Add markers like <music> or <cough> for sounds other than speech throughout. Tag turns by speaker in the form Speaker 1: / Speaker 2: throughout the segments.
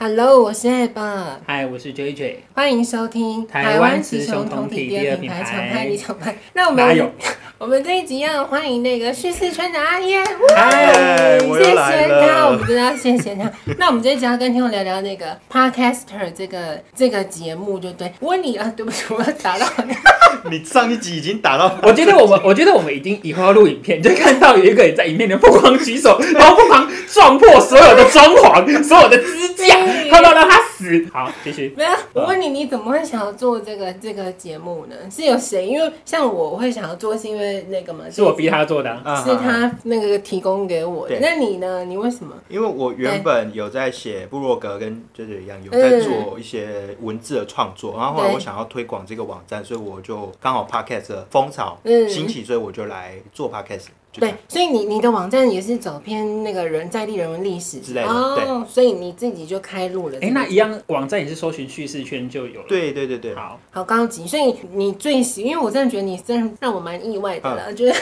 Speaker 1: Hello，我是 a b
Speaker 2: 嗨，我是 JJ，
Speaker 1: 欢迎收听
Speaker 2: 台湾雌雄
Speaker 1: 同
Speaker 2: 同体
Speaker 1: 第
Speaker 2: 第二
Speaker 1: 品
Speaker 2: 品
Speaker 1: 牌
Speaker 2: 牌
Speaker 1: 厂牌你厂牌。那我
Speaker 2: 哪有
Speaker 1: 们我们这一集要欢迎那个去四川的阿燕，哇
Speaker 3: 嗨，哎我
Speaker 1: 谢
Speaker 3: 又
Speaker 1: 谢
Speaker 3: 来
Speaker 1: 他，我们
Speaker 3: 了。
Speaker 1: 真的要谢谢他。 <laughs> 那我们这一集要跟听众聊聊那个 Podcaster 这个这个节目，就对。我问你啊，对不起，我要打到你。
Speaker 3: 你上一集已经打到，
Speaker 2: 我觉得我们，我觉得我们已经以后要录影片，就看到有一个人在影片里面疯狂举手，然后疯狂撞破所有的装潢、所有的支架，
Speaker 1: 对
Speaker 2: 他要让他死。好，继续。
Speaker 1: 没有，我问你，你怎么会想要做这个这个节目呢？是有谁？因为像我，我会想要做，是因为那个嘛，
Speaker 2: 是我逼他做的啊、
Speaker 1: <laughs>
Speaker 3: 啊
Speaker 1: 是，他那个提供给我的。
Speaker 3: 对
Speaker 1: 那你呢？你为什么？
Speaker 3: 因为我原本有在写部落格，跟就是一样有在做一些文字的创作，然后后来
Speaker 1: 对
Speaker 3: 我想要推广这个网站，所以我就刚好 podcast 的风潮
Speaker 1: 嗯
Speaker 3: 兴起，所以我就来做 podcast，就这
Speaker 1: 对
Speaker 3: 样，
Speaker 1: 所以你你的网站也是走偏那个人在地人文历史
Speaker 3: 之类的
Speaker 1: 哦，所以你自己就开路了。
Speaker 2: 哎、
Speaker 1: 这个
Speaker 2: 那一样网站也是搜寻叙事圈就有了。，
Speaker 3: 对对对对，
Speaker 2: 好，
Speaker 1: 好高级，所以你最喜，因为我真的觉得你真的让我蛮意外的
Speaker 3: 嗯
Speaker 1: 了，就是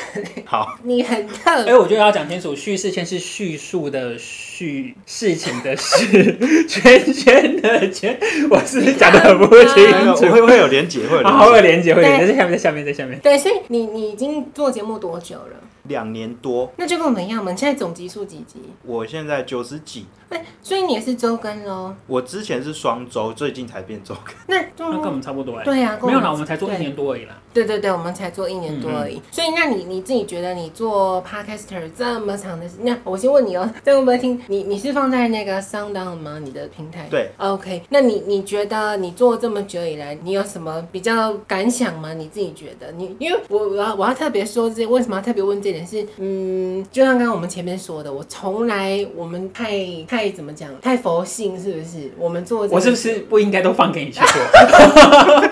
Speaker 3: 好，
Speaker 1: 你很特
Speaker 2: 哎、
Speaker 1: 别。 <laughs>
Speaker 2: 我觉得要讲清楚，叙事圈是叙述的叙，事情的事，圈圈的圈，我是不是讲的很不
Speaker 1: 你
Speaker 3: 那
Speaker 1: 看
Speaker 3: 个
Speaker 2: 清
Speaker 3: 我
Speaker 2: 楚。
Speaker 3: 会会有连结，会有
Speaker 2: 好，会
Speaker 3: 连结，
Speaker 2: 有连接，会有连
Speaker 1: 对
Speaker 2: 接，在下面，在下面，在下面。
Speaker 1: 对，所以你你已经做节目多久了？
Speaker 3: 两年多，
Speaker 1: 那就跟我们一样嘛，你现在总集数几集？
Speaker 3: 我现在九十几，
Speaker 1: 哎，所以你也是周更喽？
Speaker 3: 我之前是双周，最近才变周更，
Speaker 1: 那
Speaker 2: 那跟我
Speaker 1: 就
Speaker 2: 们差不多哎、
Speaker 1: 对啊跟我们
Speaker 2: 没有啦，我们才做一
Speaker 1: 对
Speaker 2: 年多而已啦。
Speaker 1: 对对对，我们才做一年
Speaker 2: 嗯
Speaker 1: 多而已。所以，那你你自己觉得你做 podcaster 这么长的时，那我先问你哦， <laughs> 在我们听你你是放在那个 Sound On 吗？你的平台？
Speaker 3: 对。
Speaker 1: OK，那你你觉得你做这么久以来，你有什么比较感想吗？你自己觉得你，因为我我要我要特别说这为什么要特别问这点是，嗯，就像刚刚我们前面说的，我从来我们太太怎么讲太佛性是不是？我们做这个
Speaker 2: 我是不是不应该都放给你
Speaker 1: <laughs>
Speaker 2: 去做？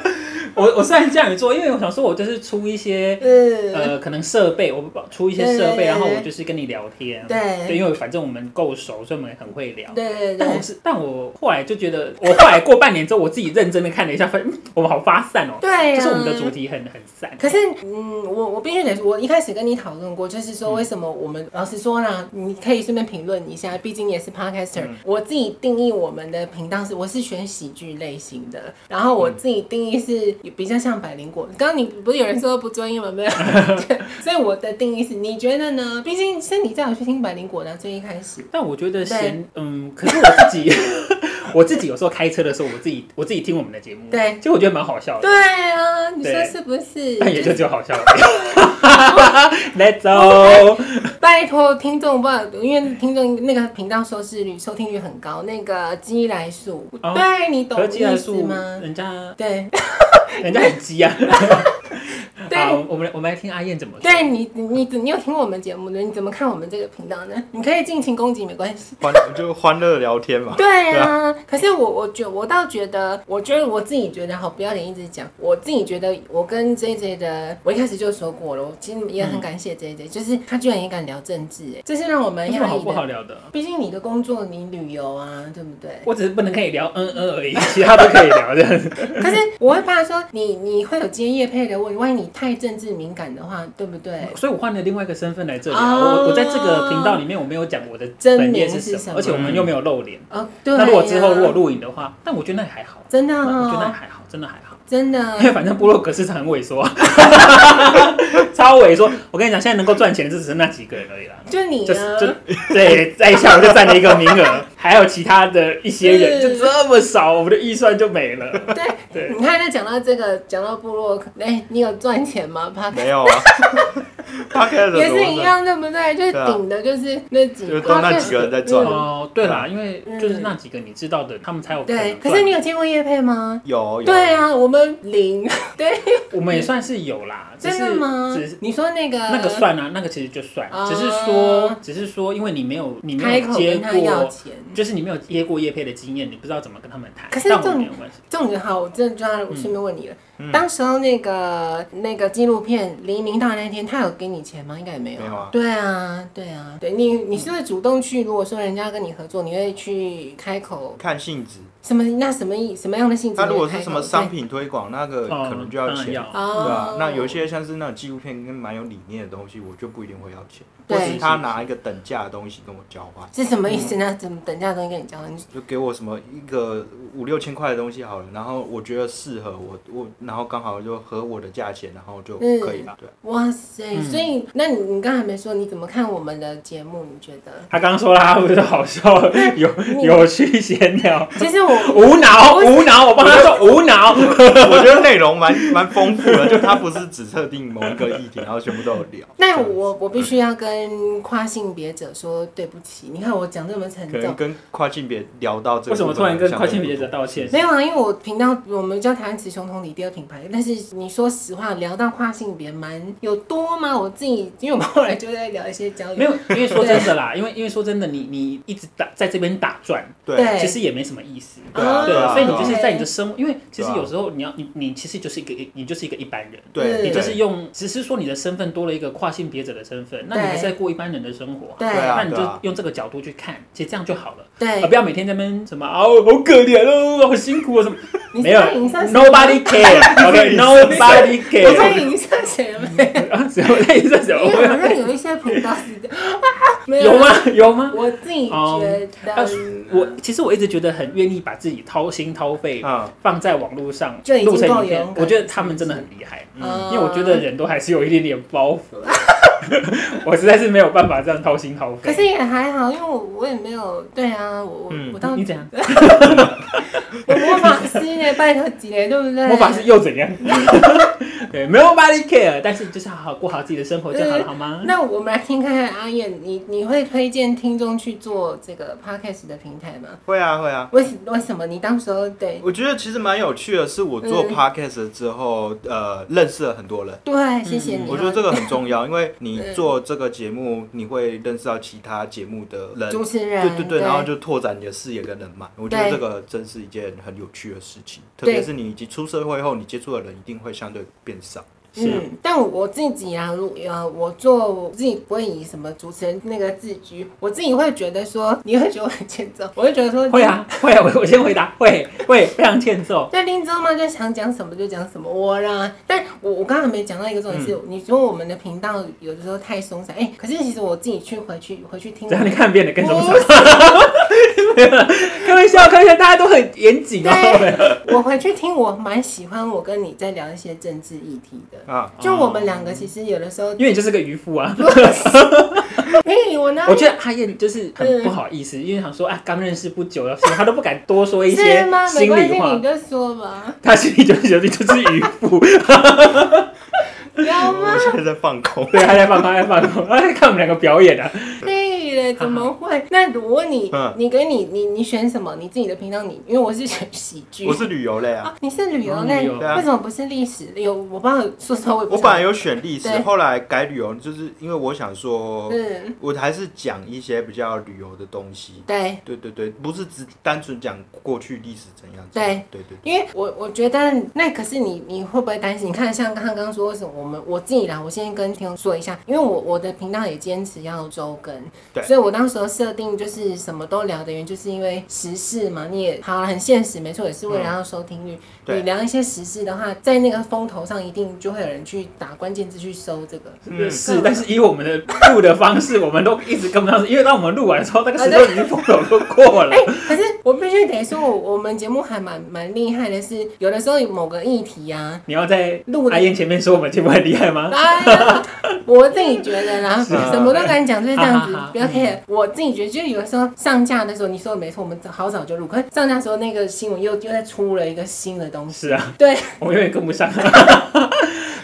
Speaker 2: 我我虽然这样做，因为我想说，我就是出一些
Speaker 1: 呃
Speaker 2: 呃，可能设备，我出一些设
Speaker 1: 对对对
Speaker 2: 备，然后我就是跟你聊天。
Speaker 1: 对
Speaker 2: 因为反正我们够熟，所以我们很会聊。
Speaker 1: 对对啊
Speaker 2: 但
Speaker 1: 对
Speaker 2: 我。是，但我后来就觉得，我后来过半年之后，我自己认真的看了一下，发现 <laughs> 嗯我们好发散哦、
Speaker 1: 对、啊，
Speaker 2: 就是我们的主题很很散。
Speaker 1: 可是，嗯，我我必须得说，我一开始跟你讨论过，就是
Speaker 2: 嗯
Speaker 1: 说为什么我们、老实说啦，你可以顺便评论一下，毕竟你也是 podcaster、我
Speaker 2: 嗯
Speaker 1: 自己定义我们的频道是，我是选喜剧类型的，然后
Speaker 2: 嗯
Speaker 1: 我自己定义是比较像百灵果。刚刚你不是有人说不专业吗？
Speaker 2: <laughs>
Speaker 1: 没有，对所以我的定义是，你觉得呢？毕竟是你带我去听百灵果的，最一开始。
Speaker 2: 但我觉得闲，嗯，可是我自己， <laughs> 我自己有时候开车的时候，我自己我自己听我们的节目，
Speaker 1: 对
Speaker 2: 其实我觉得蛮好笑的。
Speaker 1: 对啊，你说
Speaker 2: 对
Speaker 1: 是不是？
Speaker 2: 但也就
Speaker 1: 就是
Speaker 2: 只有好笑 <laughs> 而已。Let's go！
Speaker 1: 拜托听众不要，因为听众那个频道收视率、收听率很高，那个基来素，
Speaker 2: 哦
Speaker 1: 对你懂
Speaker 2: 可是既
Speaker 1: 意
Speaker 2: 然
Speaker 1: 思
Speaker 2: 素
Speaker 1: 吗？
Speaker 2: 人家 <laughs>
Speaker 1: 对
Speaker 2: 人家很鸡啊。好
Speaker 1: <laughs> 对，
Speaker 2: 我们来我们来听阿燕怎么说。
Speaker 1: 对你你你你有听过我们节目的？你怎么看我们这个频道呢？你可以尽情攻击，没关
Speaker 2: <laughs>
Speaker 1: 系。
Speaker 3: 欢就欢乐聊天嘛，
Speaker 1: 对
Speaker 3: 对
Speaker 1: 啊，可是我我觉我倒觉得，我觉得我自己觉得好不要脸一直讲，我自己觉得我跟 J J 的，我一开始就说过了，我其实也很感谢 J J，、就是他居然也敢聊政治，哎，这是让我蛮
Speaker 2: 有嗯什么
Speaker 1: 讶
Speaker 2: 好
Speaker 1: 异
Speaker 2: 不好
Speaker 1: 的。
Speaker 2: 聊的？
Speaker 1: 毕竟你的工作，你旅游啊，对不对？
Speaker 2: 我只是不能跟你聊嗯嗯而
Speaker 1: <laughs>
Speaker 2: 已，其他都可以聊的。 <laughs>
Speaker 1: 可是我会怕说你你会有接业配的问题，万一你太政治敏感的话，对不对？
Speaker 2: 所以我换了另外一个身份来这里啊。
Speaker 1: 哦
Speaker 2: 我我在这个频道里面我没有讲我的
Speaker 1: 真
Speaker 2: 本业
Speaker 1: 名是
Speaker 2: 是
Speaker 1: 什
Speaker 2: 什
Speaker 1: 么
Speaker 2: 么，而且我们又没有露脸。
Speaker 1: 哦，对、啊。
Speaker 2: 嗯那如果之后如果录影的话，但我觉得那还好，
Speaker 1: 真的、
Speaker 2: 我觉得那
Speaker 1: 哦，
Speaker 2: 还好，真的还好。
Speaker 1: 真
Speaker 2: 因为 <laughs>
Speaker 1: 的，
Speaker 2: 反正部落格市场很萎缩， <laughs> 超萎缩。我跟你讲，现在能够赚钱的就只是那几个人而已啦。
Speaker 1: 就你啊
Speaker 2: 就是
Speaker 1: 呢？
Speaker 2: 就对，在下我就占了一个名 <laughs> 额，还有其他的一些人，
Speaker 1: 是
Speaker 2: 就这么少，我们的预算就没了。
Speaker 1: 对，
Speaker 2: 对，
Speaker 1: 你看，那讲到这个，讲到部落，哎、你有赚钱
Speaker 2: <laughs>
Speaker 1: 吗？怕 <laughs>
Speaker 3: 没有啊，podcast
Speaker 1: 也是一样，对不对？就是
Speaker 2: 啊
Speaker 1: 顶的就是那几
Speaker 3: 就是都那几个人在赚
Speaker 1: 嗯
Speaker 2: 哦，对啦，因为就是那几个你知道的，他们才有
Speaker 1: 对，
Speaker 2: 能
Speaker 1: 可是
Speaker 2: 赚
Speaker 1: 你有见过叶配吗？
Speaker 3: 有有
Speaker 1: 对啊，我们零，对，
Speaker 2: 我们也算是有啦，只
Speaker 1: 真
Speaker 2: 是
Speaker 1: 的吗
Speaker 2: 只是？
Speaker 1: 你说那个
Speaker 2: 那个算啊，那个其实就算，
Speaker 1: 哦
Speaker 2: 只是说，只是说，因为你没有你没
Speaker 1: 开
Speaker 2: 有
Speaker 1: 口
Speaker 2: 接
Speaker 1: 跟他要
Speaker 2: 过，
Speaker 1: 钱，
Speaker 2: 就是你没有接过叶配的经验，你不知道怎么跟他们谈。
Speaker 1: 可是
Speaker 2: 但
Speaker 1: 这
Speaker 2: 我
Speaker 1: 种
Speaker 2: 没有关系。
Speaker 1: 重点好，我真的就要顺便问你了。
Speaker 3: 嗯
Speaker 1: 当时候那个那个纪录片黎明到那天，他有给你钱吗？应该也没有。
Speaker 3: 没有啊
Speaker 1: 对啊，对啊，对你你是会主动去，如果说人家跟你合作，你会去开口
Speaker 3: 看性质，
Speaker 1: 什么那什么意什么样的性质？
Speaker 3: 他如果是什么商品推广，那个
Speaker 2: 嗯
Speaker 3: 可能就要
Speaker 2: 当然
Speaker 3: 钱，
Speaker 2: 要
Speaker 1: 对
Speaker 3: 对
Speaker 1: 哦
Speaker 3: 吧？，那有一些像是那种纪录片跟蛮有理念的东西，我就不一定会要钱，
Speaker 1: 对
Speaker 3: 或是他拿一个等价的东西跟我交换，
Speaker 1: 是什么意
Speaker 3: 嗯
Speaker 1: 思呢？那怎么等价的东西跟你交换？
Speaker 3: 就给我什么一个五六千块的东西好了，然后我觉得适合我，我然后刚好就合我的价钱，然后就
Speaker 1: 嗯
Speaker 3: 可以了，对。啊
Speaker 1: 哇塞！
Speaker 2: 嗯
Speaker 1: 所以，那你你刚才没说你怎么看我们的节目？你觉得？
Speaker 2: 他刚刚说啦，不是好
Speaker 1: <laughs>
Speaker 2: 笑，有有趣闲聊，
Speaker 1: 其实我。
Speaker 2: 无脑无脑，我帮他说无脑，
Speaker 3: <laughs> 我觉得内容蛮蛮丰富的，就它不是只特定某一个议题，然后全部都有聊
Speaker 1: 那我我必须要跟跨性别者说对不起。你看我讲这么沉
Speaker 3: 啊可能
Speaker 1: 重，
Speaker 3: 跟跨性别聊到这
Speaker 2: 为
Speaker 3: 个部
Speaker 2: 什
Speaker 3: 分，
Speaker 2: 么突然跟
Speaker 3: 相
Speaker 2: 跨
Speaker 3: 对
Speaker 2: 性别
Speaker 3: 不
Speaker 2: 者
Speaker 3: 多
Speaker 2: 道歉？
Speaker 1: 没有啊，因为我频道我们叫台湾雌雄同体第二品牌，但是你说实话，聊到跨性别蛮有多吗？我自己因为我们后来就在聊一些交友，
Speaker 2: 没有，因为说真的啦，因为因为说真的，你你一直打在这边打转，
Speaker 1: 对
Speaker 2: 其实也没什么意思。
Speaker 3: 对啊
Speaker 2: 对
Speaker 3: 啊
Speaker 2: 啊，所以你就是
Speaker 1: 对
Speaker 2: 在你的生活，因为其实
Speaker 3: 对啊
Speaker 2: 有时候你要你你其实就是一个你就是一个一般人，
Speaker 3: 对，
Speaker 1: 嗯
Speaker 2: 你
Speaker 3: 对
Speaker 2: 就是用只是说你的身份多了一个跨性别者的身份，那你
Speaker 1: 对
Speaker 2: 还是在过一般人的生活啊，
Speaker 1: 对
Speaker 3: 对啊
Speaker 2: 那你就用这个角度去看，其实这样就好了，啊
Speaker 1: 对，
Speaker 2: 不要每天在那边什么啊我好可怜哦，好辛苦啊什么，
Speaker 1: 你
Speaker 2: 没有
Speaker 1: 在影射谁
Speaker 2: ，nobody care，OK，nobody
Speaker 1: 我
Speaker 2: care，
Speaker 1: 在影射
Speaker 2: <laughs>
Speaker 1: 谁了没有？
Speaker 2: 啊什么类似什
Speaker 1: 因为 <laughs> 好
Speaker 2: 么，
Speaker 1: 像有一些频道是这样啊，没
Speaker 2: 有？吗？有吗？
Speaker 1: 我自己觉
Speaker 2: 啊
Speaker 1: 得，
Speaker 2: 我其实我一直觉得很愿意把自己掏心掏肺
Speaker 3: 嗯
Speaker 2: 放在网络上
Speaker 1: 啊就已经
Speaker 2: 录成
Speaker 1: 够勇
Speaker 2: 影片，
Speaker 1: 敢
Speaker 2: 我觉得他们真的很厉害，
Speaker 1: 嗯
Speaker 2: 因为我觉得人都还是有一点点包
Speaker 1: <laughs>
Speaker 2: 袱，我实在是没有办法这样掏心掏
Speaker 1: 可
Speaker 2: 肺。
Speaker 1: 是也还好，因为我我也没有对啊，我我、
Speaker 3: 嗯
Speaker 1: 我到
Speaker 2: 你怎样？
Speaker 1: 我魔法师呢，拜托几嘞，对不对？
Speaker 2: 魔法师又怎样？ <laughs> 对，没有 body care，但是就是好好过好自己的生活就好了，好吗？
Speaker 1: 那我们来听看看阿燕，你你会推荐听众去做这个 podcast 的平台吗？
Speaker 3: 会啊会啊。
Speaker 1: 为什为什么你当时候对
Speaker 3: 我觉得其实蛮有趣的，是我做
Speaker 1: 嗯
Speaker 3: podcast 之后，呃，认识了很多人。
Speaker 1: 对，谢谢你。
Speaker 3: 嗯
Speaker 1: 哦
Speaker 3: 我觉得这个很
Speaker 1: <laughs>
Speaker 3: 重要，因为你
Speaker 1: 嗯
Speaker 3: 做这个节目，你会认识到其他节目的人，
Speaker 1: 主持人
Speaker 3: 对对对，然后就拓展你的视野跟人脉。我觉得
Speaker 1: 对
Speaker 3: 这个真是一件很有趣的事情，特
Speaker 1: 对
Speaker 3: 别是你已经出社会后，你接触的人一定会相对变少。
Speaker 2: 是啊
Speaker 1: 嗯，但我自己啊，如呃，我做我自己不会以什么主持人那个自居，我自己会觉得说，你会觉得我很欠揍，我会觉得说，
Speaker 2: 会啊，会啊，我我先回答，会会非常欠揍。
Speaker 1: 对，林州嘛，就想讲什么就讲什么，我啦。但我我刚才没讲到一个重点
Speaker 3: 嗯
Speaker 1: 是，你说我们的频道有的时候太松散，哎、可是其实我自己去回去回去听，
Speaker 2: 只要你看变得更松
Speaker 1: 不
Speaker 2: 散，
Speaker 1: 是
Speaker 2: 开玩笑，开玩笑，大家都很严谨哦。
Speaker 1: 对，我回去听，我蛮喜欢我跟你在聊一些政治议题的。
Speaker 3: 啊，
Speaker 1: 就我们两个其实有的时候，
Speaker 2: 因为你就是个渔夫啊。
Speaker 1: <laughs> 哎，我呢，
Speaker 2: 我觉得阿燕就是很
Speaker 1: 嗯
Speaker 2: 不好意思，因为想说啊，刚认识不久了，所以她都不敢多说一些
Speaker 1: 是吗？没
Speaker 2: 心
Speaker 1: 关
Speaker 2: 里
Speaker 1: 系，
Speaker 2: 话
Speaker 1: 你。就说吧，
Speaker 2: 她心里就觉得你就是渔夫，
Speaker 1: 要吗
Speaker 3: 我？现在在放
Speaker 1: <laughs>
Speaker 3: 空。
Speaker 2: 对，她在放空，她在放空，她在看我们两个表演啊。
Speaker 1: 对了，怎么会？那如果你
Speaker 3: 嗯
Speaker 1: 你跟你你你选什么？你自己的频道你，因为我是选喜剧，
Speaker 3: 我是旅游类啊，
Speaker 1: 啊，你是旅游
Speaker 2: 嗯旅
Speaker 1: 类，
Speaker 2: 游
Speaker 3: 对啊
Speaker 1: 为什么不是历史？有我不知道，说 <laughs> 实话我也不
Speaker 3: 我
Speaker 1: 知道
Speaker 3: 本来有选历史
Speaker 1: 对，
Speaker 3: 后来改旅游，就是因为我想说，
Speaker 1: 嗯，
Speaker 3: 我还是讲一些比较旅游的东西。
Speaker 1: 对，
Speaker 3: 对对对，不是只单纯讲过去历史怎样怎样。对对对，
Speaker 1: 因为我我觉得那可是你你会不会担心？你看像刚刚说为什么我们我自己啦，我先跟听众说一下，因为我我的频道也坚持要周更，
Speaker 3: 对
Speaker 1: 所以我当时候设定就是什么都聊的原因，就是因为时事嘛，你也好啦很现实，没错，也是为了要收听率。
Speaker 3: 嗯对
Speaker 1: 你聊一些时事的话，在那个风头上，一定就会有人去打关键字去搜这个。
Speaker 3: 嗯
Speaker 2: 是，但是以我们的录的方式，我们都一直跟不上，因为当我们录完之后，那个时候渔夫手都过了
Speaker 1: 哎、。可是我必须得说，我我们节目还蛮蛮厉害的是，有的时候有某个议题啊，
Speaker 2: 你要在
Speaker 1: 录的
Speaker 2: 阿燕前面说我们节目很厉害吗？
Speaker 1: 哎呀，我自己觉得 <laughs> 啦，什么都敢讲，就是这样子
Speaker 2: 好好好，
Speaker 1: 不要 care。我自己觉得，就有的时候上架的时候，你说的没错，我们好早就录，可是上架的时候那个新闻又又再出了一个新的东西。
Speaker 2: 是啊，
Speaker 1: 嗯对，
Speaker 2: 我们永远跟
Speaker 1: <laughs>
Speaker 2: 不上。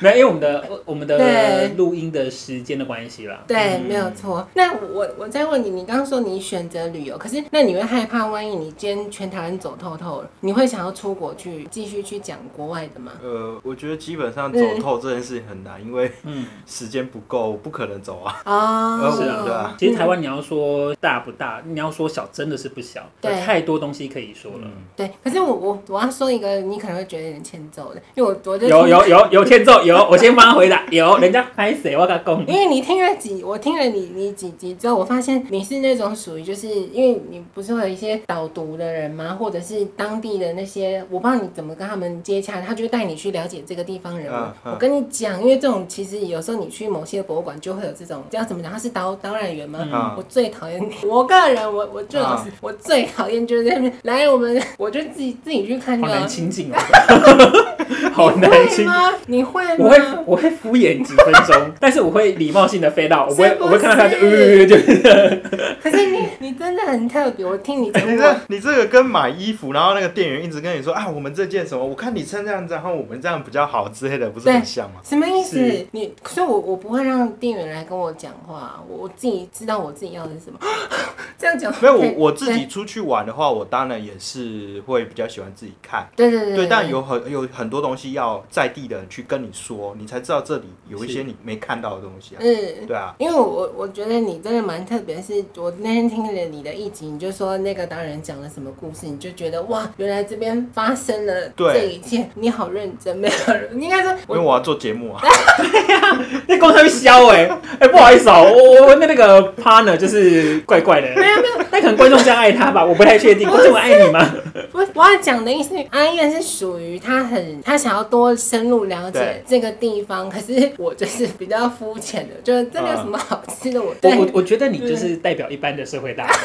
Speaker 2: 没有，因为我们的我们的
Speaker 1: 对
Speaker 2: 录音的时间的关系啦。
Speaker 1: 对，
Speaker 3: 嗯
Speaker 1: 没有错。那我我再问你，你刚刚说你选择旅游，可是那你会害怕，万一你今天全台湾走透透了，你会想要出国去继续去讲国外的吗？
Speaker 3: 呃，我觉得基本上走
Speaker 1: 嗯
Speaker 3: 透这件事情很难，因为
Speaker 2: 嗯，
Speaker 3: 时间不够，不可能走
Speaker 1: <laughs>
Speaker 3: 啊。
Speaker 1: 哦，
Speaker 2: 是
Speaker 3: 对啊
Speaker 2: 其实台湾你要说大不大，你要说小真的是不小，
Speaker 1: 对
Speaker 2: 有太多东西可以说了。
Speaker 3: 嗯，
Speaker 1: 对，可是我我我要说一个，你可能会觉得有点欠揍的，因为我我就
Speaker 2: 有有有有欠揍，有有，我先帮他回答，有，人家拍谁，我敢讲。
Speaker 1: 因为你听了几，我听了你你几集之后，我发现你是那种属于就是因为你不是会有一些导读的人吗？或者是当地的那些，我不知道你怎么跟他们接洽，他就带你去了解这个地方人物。
Speaker 2: 啊
Speaker 3: 嗯嗯
Speaker 1: 我跟你讲，因为这种其实有时候你去某些博物馆就会有这种，这样怎么讲？他是导导览员吗？
Speaker 3: 嗯
Speaker 1: 我最讨厌，我个人我我最老
Speaker 2: 啊
Speaker 1: 实，我最讨厌就是在那边来我们，我就自己自己去看就
Speaker 2: 好
Speaker 1: 好
Speaker 2: 难。亲近哦，好
Speaker 1: 你
Speaker 2: 难
Speaker 1: 会
Speaker 2: 亲。
Speaker 1: 吗？你会吗？
Speaker 2: 我会我会敷衍几分钟，但是我会礼貌性的飞到，我不会
Speaker 1: 是不
Speaker 2: 我会看到他就呃
Speaker 1: 是
Speaker 2: 呃呃就
Speaker 1: 可是你你真的很特别，我听你
Speaker 2: <laughs>
Speaker 3: 哎
Speaker 1: 讲
Speaker 3: 你
Speaker 1: 过
Speaker 3: 这。你这个跟买衣服，然后那个店员一直跟你说啊，我们这件什么，我看你穿这样子，然后我们这样比较好之类的，不是很
Speaker 1: 对
Speaker 3: 像吗？
Speaker 1: 什么意思
Speaker 2: 是？
Speaker 1: 你所以我，我不会让店员来跟我讲话，我我自己知道我自己要的是什么。 <laughs> 这样讲
Speaker 3: 没有，我
Speaker 1: 对
Speaker 3: 我自己出去玩的话，我当然也是会比较喜欢自己看。
Speaker 1: 对对对
Speaker 3: 对，但有很有很多东西要在地的人去跟你说，你才知道这里有一些你没看到的东西啊。
Speaker 1: 嗯。
Speaker 3: 对啊，
Speaker 1: 因为我我觉得你真的蛮特别，是我那天听了你的一集，你就说那个达人讲了什么故事，你就觉得哇，原来这边发生了
Speaker 3: 对
Speaker 1: 这一切，你好认真，没有人应该说
Speaker 3: 因为
Speaker 1: 我
Speaker 3: 我要做节目
Speaker 2: <laughs>
Speaker 3: 啊。
Speaker 2: 那光他们削哎哎，不好意思哦，我我我的那个 partner 就是怪怪的，没有没有，但可能观众这样爱他吧，我不太确定，观众爱你吗？
Speaker 1: 我我要讲的意思，阿燕是属于他很他想要多深入了解
Speaker 3: 对
Speaker 1: 这个地方，可是我就是比较肤浅的，就是真的有什么好吃的我
Speaker 2: 我
Speaker 1: 对
Speaker 2: 我我觉得你就是代表一般的社会大众，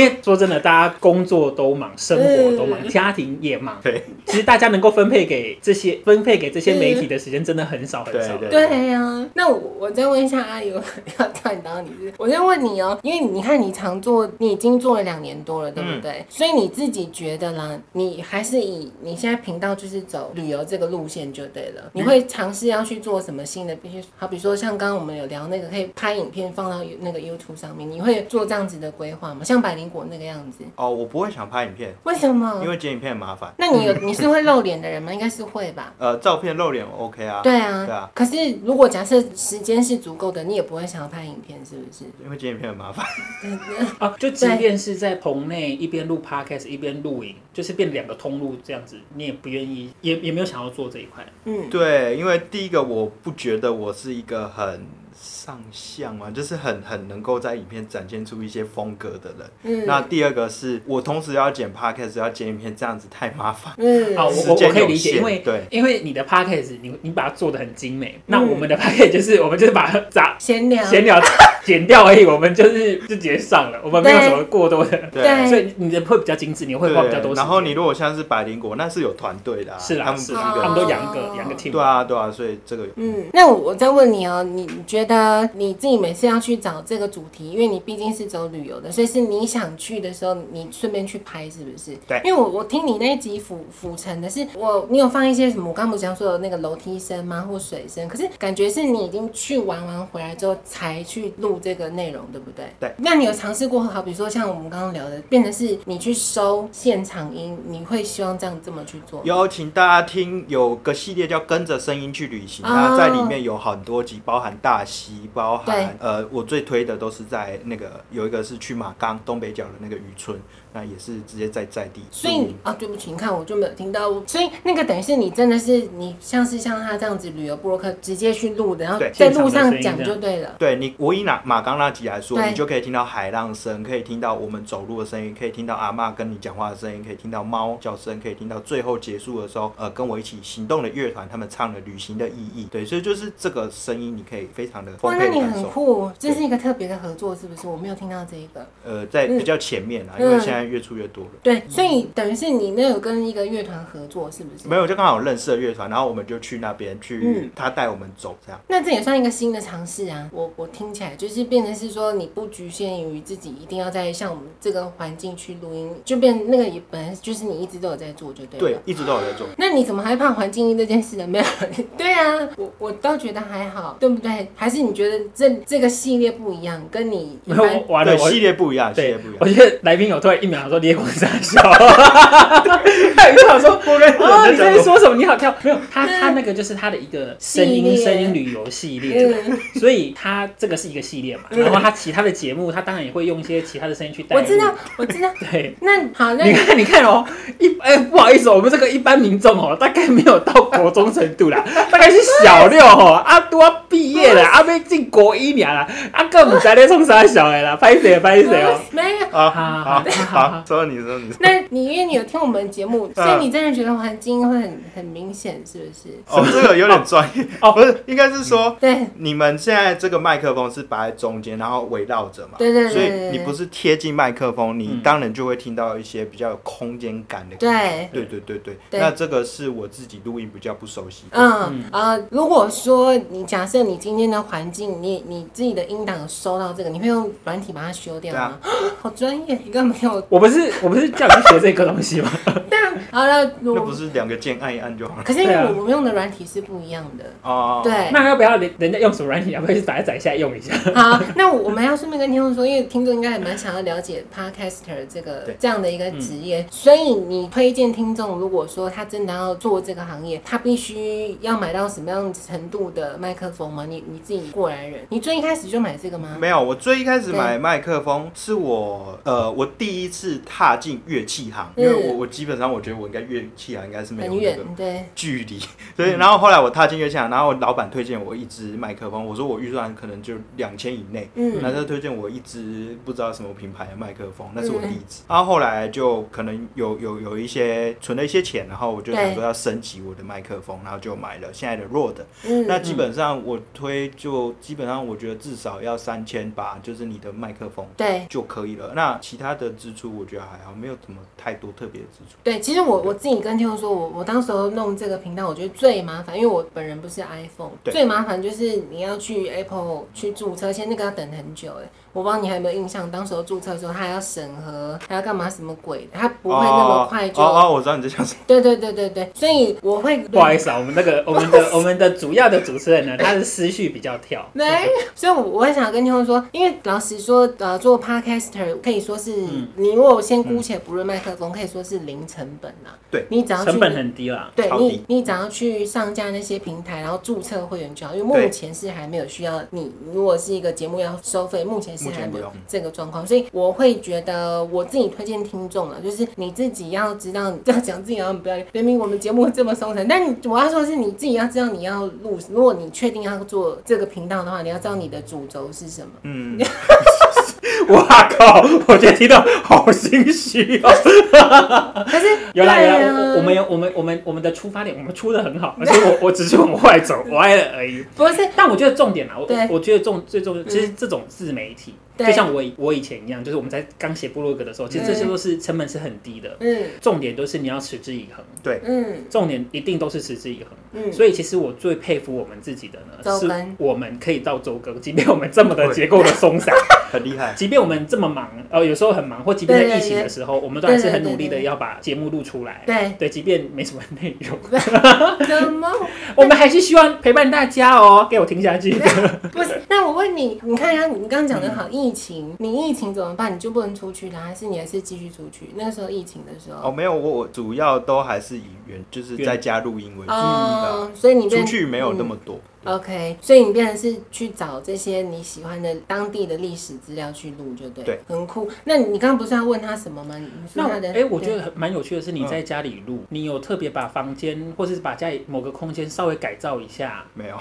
Speaker 2: 因为说真的，大家工作都忙，生活都忙，
Speaker 1: 嗯
Speaker 2: 家庭也忙，
Speaker 3: 对
Speaker 2: 其实大家能够分配给这些分配给这
Speaker 1: 嗯
Speaker 2: 些媒体的时间真的很少很少。
Speaker 3: 对
Speaker 1: 对呀、那我我再问一下阿姨，我 <laughs> 要断到你是，我再问你哦、因为你看你常做，你已经做了两年多了，对不
Speaker 3: 嗯
Speaker 1: 对？所以你自己觉得啦，你还是以你现在频道就是走旅游这个路线就对
Speaker 3: 嗯
Speaker 1: 了。你会尝试要去做什么新的？必须好比说像刚刚我们有聊那个可以拍影片放到那个 YouTube 上面，你会做这样子的规划吗？像百灵果那个样子？
Speaker 3: 哦，我不会想拍影片，
Speaker 1: 为什
Speaker 2: 嗯
Speaker 1: 么
Speaker 3: 因？为剪影片很麻烦。
Speaker 1: 那你有你是会露脸的人吗？应该是会吧。
Speaker 3: 呃，照片露脸我 OK 啊。
Speaker 1: 对啊，
Speaker 3: 对啊
Speaker 1: 可是如果假设时间是足够的，你也不会想要拍影片，是不是？
Speaker 3: 因为剪影片很麻烦。 <laughs>
Speaker 2: 啊，就即便是在棚内一边录 podcast 一边录影，就是变两个通路这样子，你也不愿意，也也没有想要做这一块。
Speaker 1: 嗯，
Speaker 3: 对，因为第一个我不觉得我是一个很上相嘛，就是很很能够在影片展现出一些风格的人。
Speaker 1: 嗯
Speaker 3: 那第二个是我同时要剪 podcast 要剪影片，这样子太麻烦。
Speaker 1: 嗯，
Speaker 2: 啊，我
Speaker 3: 时
Speaker 2: 我
Speaker 3: 间
Speaker 2: 我可以
Speaker 3: 有
Speaker 2: 理解，
Speaker 3: 限
Speaker 2: 因为
Speaker 3: 对
Speaker 2: 因为你的 podcast 你你把它做的很精美，那
Speaker 1: 嗯
Speaker 2: 我们的 podcast 就是我们就是把它杂
Speaker 1: 闲聊，
Speaker 2: 闲聊剪掉而已，我们就是就直接上了，我们没有什么过多的，
Speaker 1: 对
Speaker 2: 所以你的会比较精致，你会
Speaker 3: 对
Speaker 2: 花比较多时间。
Speaker 3: 然后你如果像是百灵果，那是有团队的、啊，
Speaker 2: 是
Speaker 3: 他
Speaker 2: 啦
Speaker 3: 们
Speaker 2: 是
Speaker 3: 不是
Speaker 2: 啦
Speaker 1: 哦
Speaker 3: 一，个
Speaker 2: 他
Speaker 3: 人
Speaker 2: 们都养个养个 team，
Speaker 3: 对啊，对啊，所以这个有
Speaker 1: 嗯，那我我再问你哦，你你觉得你自己每次要去找这个主题，因为你毕竟是走旅游的，所以是你想去的时候，你顺便去拍，是不是？
Speaker 3: 对
Speaker 1: 因为我我听你那一集府府城的是我，你有放一些什么？我刚不是讲说有那个楼梯声吗，或水声？可是感觉是你已经去玩完回来之后才去录这个内容，对不对？
Speaker 3: 对。
Speaker 1: 那你有尝试过？好比说像我们刚刚聊的，变成是你去收现场音，你会希望这样这么去做吗？
Speaker 3: 邀请大家听有个系列叫《跟着声音去旅行》，
Speaker 1: 哦
Speaker 3: 它在里面有很多集，包含大溪，包
Speaker 1: 对
Speaker 3: 含呃，我最推的都是在那个有一个是去马冈东北角的那个渔村，那也是直接在在地
Speaker 1: 所
Speaker 3: 录
Speaker 1: 以
Speaker 3: 音。
Speaker 1: 你啊，对不起，你看我就没有听到。所以那个等于是你真的是你像是像他这样子旅游布洛克直接去录的，然后
Speaker 3: 对
Speaker 1: 在
Speaker 2: 现场
Speaker 1: 路
Speaker 2: 的声
Speaker 1: 上
Speaker 2: 音
Speaker 1: 讲
Speaker 2: 这
Speaker 1: 就
Speaker 2: 样
Speaker 1: 对了。
Speaker 3: 对你，我以马马冈那集来说，
Speaker 1: 对
Speaker 3: 你就可以听到海浪声，可以听到我们走路的声音，可以听到阿嬷跟你讲话的声音，可以听到猫叫声，可以听到最后结束的时候，呃，跟我一起行动的乐团他们唱的《旅行的意义》。对，所以就是这个声音，你可以非常的丰
Speaker 1: 哇，那
Speaker 3: 沛的
Speaker 1: 你
Speaker 3: 感
Speaker 1: 很
Speaker 3: 受。
Speaker 1: 酷，这是一个特别的合作，是不是？我没有听到这一个。
Speaker 3: 呃，在
Speaker 1: 嗯
Speaker 3: 比较前面啊，
Speaker 1: 嗯
Speaker 3: 因为现在越出越多了。
Speaker 1: 对，所以等于是你那有跟一个乐团合作，是不是？
Speaker 3: 没有，就刚好认识了乐团，然后我们就去那边
Speaker 1: 嗯
Speaker 3: 去，他带我们走这样。
Speaker 1: 那这也算一个新的尝试啊！我我听起来就是变成是说，你不局限于自己一定要在像我们这个环境去录音，就变那个也本来就是你一直都有在做，就对了。啊
Speaker 3: 对，一直都有在做。
Speaker 1: 那你怎么害怕环境音这件事呢？没有人，对啊，我我倒觉得还好，对不对？还是你觉得这这个系列不一样，跟你一
Speaker 2: 然后
Speaker 1: 般
Speaker 2: <laughs> 我完了
Speaker 3: 啊对，
Speaker 2: 我
Speaker 3: 系。列不一样，系列
Speaker 2: 对
Speaker 3: 不一，样
Speaker 2: 我。觉得来宾有突然一秒想说你也光傻
Speaker 3: <laughs>
Speaker 2: 笑， <laughs> 他就想说
Speaker 3: 我跟
Speaker 1: 哦
Speaker 2: 啊你
Speaker 3: 讲
Speaker 2: 在说什么？你好跳，没有他他那个就是他的一个声
Speaker 1: 嗯系
Speaker 2: 音
Speaker 1: 列
Speaker 2: 声音旅游系列，
Speaker 1: 嗯
Speaker 2: 所以以它这个是一个系列嘛，然后它其他的节目，它当然也会用一些其他的声音去带入。
Speaker 1: 我知道，我知道。
Speaker 2: 对，
Speaker 1: 那好，那
Speaker 2: <laughs> 你看，你看哦，一哎、不好意思哦，我们这个一般民众哦，大概没有到国中程度啦， <laughs> 大概是小六哦，啊，都要毕业了，啊，被进国一年啦，啊，更不知道在冲啥小的啦， <laughs> 拍谁拍
Speaker 1: <laughs>
Speaker 2: 谁哦。
Speaker 1: 没有。
Speaker 2: 好
Speaker 3: 啊 <laughs> 好
Speaker 2: 好
Speaker 1: <laughs>
Speaker 3: 好，说你说你说，
Speaker 1: 那你因为你有听我们节目，所以你真的觉得环境会很很明显，是不是？
Speaker 3: 哦，这个有点专业
Speaker 2: 哦
Speaker 3: 哦， <laughs> 嗯不是，应该是说
Speaker 1: 对
Speaker 3: 你们现在这个麦克风是摆在中间，然后围绕着嘛，
Speaker 1: 对对对
Speaker 3: 所以
Speaker 1: 对
Speaker 3: 你不是贴近麦克风，你
Speaker 2: 嗯
Speaker 3: 当然就会听到一些比较有空间感的感觉。
Speaker 1: 对，
Speaker 3: 对对对对，
Speaker 1: 对
Speaker 3: 那这个是我自己录音比较不熟悉的。
Speaker 1: 嗯呃，如果说你假设你今天的环境，你你自己的音档收到这个，你会用软体把它修掉吗？哦好专业，你根本没有。
Speaker 2: 我不是我不是叫你去学这个东西吗？
Speaker 1: 但好了，
Speaker 3: 那
Speaker 1: 我
Speaker 3: 不是两个键按一按就好了。
Speaker 1: 可是因为
Speaker 2: 对啊
Speaker 1: 我们用的软体是不一样的。
Speaker 3: 哦，
Speaker 1: 对，
Speaker 2: 那要不要人人家用什么软体，要不要去打一载下用一下？
Speaker 1: 好，那我们要顺便跟听众说，因为听众应该也蛮想要了解 podcaster 这个
Speaker 3: 对嗯
Speaker 1: 这样的一个职业，所以你推荐听众，如果说他真的要做这个行业，他必须要买到什么样程度的麦克风吗？你你自己过来人，你最一开始就买这个吗？
Speaker 3: 没有，我最一开始
Speaker 1: 对
Speaker 3: 买麦克风是我呃，我第一次踏进乐器行，
Speaker 1: 嗯
Speaker 3: 因为我我基本上我觉得我应该乐器行应该是没有
Speaker 1: 很
Speaker 3: 那
Speaker 1: 远
Speaker 3: 个，
Speaker 1: 对，
Speaker 3: 距离，所以然后后来我踏进乐器行，然后老板推荐我一支麦克风，我说我预算可能就两千以内，
Speaker 1: 嗯
Speaker 3: 那他推荐我一支不知道什么品牌的麦克风，那是
Speaker 1: 嗯
Speaker 3: 我第一支。然后后来就可能有有有一些存了一些钱，然后我就想说要升级我的麦克风，然后就买了现在的 Rode。
Speaker 1: 嗯，
Speaker 3: 那基本上我推就基本上我觉得至少要三千吧，就是你的麦克风
Speaker 1: 对。
Speaker 3: 就可以了。那其他的支出我觉得还好，没有什么太多特别的支出。
Speaker 1: 对，其实我我自己跟听众说，我我当时候弄这个频道，我觉得最麻烦，因为我本人不是 iPhone，
Speaker 3: 对
Speaker 1: 最麻烦就是你要去 Apple 去注册，而且那个要等很久哎。我不知道你还有没有印象，当时候注册的时候，他还要审核，还要干嘛什么鬼的，他不会那么快就。
Speaker 3: 哦哦哦，我知道你在想什么。 <laughs>
Speaker 1: 对对对对对，所以我会
Speaker 2: 不好意思啊，我们那个我们的我们的主要的主持人呢，他的思绪比较跳。
Speaker 1: 没，所以我我很想跟听众说，因为老实说，呃，做 podcaster 可以说是、
Speaker 2: 嗯
Speaker 1: 你如果先姑且不论麦克风，可以说是零成本啦。
Speaker 3: 对
Speaker 1: 你只要去
Speaker 2: 成本很低啦。 <laughs>
Speaker 1: 对
Speaker 3: 超
Speaker 1: 你
Speaker 3: 低，
Speaker 1: 你只要去上架那些平台，然后注册会员就好，因为目
Speaker 3: 对
Speaker 1: 前是还没有需要你。如果是一个节目要收费，目前是
Speaker 3: 目前
Speaker 1: 还没
Speaker 3: 不
Speaker 1: 有
Speaker 3: 用
Speaker 1: 这个状况，所以我会觉得我自己推荐听众了，就是你自己要知道， <laughs> 你这样讲自己好像很不要脸。明明我们节目这么松散，但你我要说的是你自己要知道你要录，如果你确定要做这个频道的话，你要知道你的主轴是什么。
Speaker 3: 嗯。
Speaker 2: 哇靠！我觉得听到好心虚哦。
Speaker 1: 可是
Speaker 2: <laughs> 有啦
Speaker 1: 对
Speaker 2: 有啦，
Speaker 1: 啊
Speaker 2: 我我们有我们我们我们的出发点，我们出的很好，而且我我只是往外走歪了而已。
Speaker 1: <laughs> 不是
Speaker 2: 但我觉得重点啊，我
Speaker 1: 对嗯
Speaker 2: 我我觉得重最重要，其实这种自媒体，
Speaker 1: 对
Speaker 2: 就像我以我以前一样，就是我们在刚写部落格的时候，其实这些
Speaker 1: 嗯
Speaker 2: 都是成本是很低的，
Speaker 1: 嗯
Speaker 2: 重点都是你要持之以恒，
Speaker 1: 嗯
Speaker 2: 重点一定都是持之以恒。
Speaker 1: 嗯，
Speaker 2: 所以其实我最佩服我们自己的
Speaker 1: 周
Speaker 2: 呢，
Speaker 1: 更
Speaker 2: 是我们可以到周更，即便我们这么的结构的松散，
Speaker 3: 很厉害。
Speaker 2: 即便我们这么忙，呃，有时候很忙，或即便在疫情的时候，我们都还是很努力
Speaker 1: 对对
Speaker 2: 的
Speaker 1: 对
Speaker 2: 要把节目录出来。 <laughs>
Speaker 1: 对，
Speaker 2: 对，即便没什么内容，
Speaker 1: 怎么？
Speaker 2: 我们还是希望陪伴大家哦。给我听下去。
Speaker 1: 不是，那我问你，你看一下，啊你刚刚讲的好，疫情，你疫情怎么办？你就不能出去了，还是你还是继续出去？那个时候疫情的时
Speaker 3: 哦，
Speaker 1: 候，
Speaker 3: 没有，我我主要都还是以原就是在家录音为主，
Speaker 1: 哦，所以你嗯哦
Speaker 3: 出
Speaker 1: 变
Speaker 3: 去没有那么多。
Speaker 1: OK，所以你变成是去找这些你喜欢的当地的历史资料去录，就对，
Speaker 3: 对，
Speaker 1: 很酷。那你刚刚不是要问他什么吗？你说
Speaker 2: 那我
Speaker 1: 他的，
Speaker 2: 哎、我觉得很蛮有趣的是，你在家里录，你有特别把房间或是把家里某个空间稍微改造一下，
Speaker 3: 没有，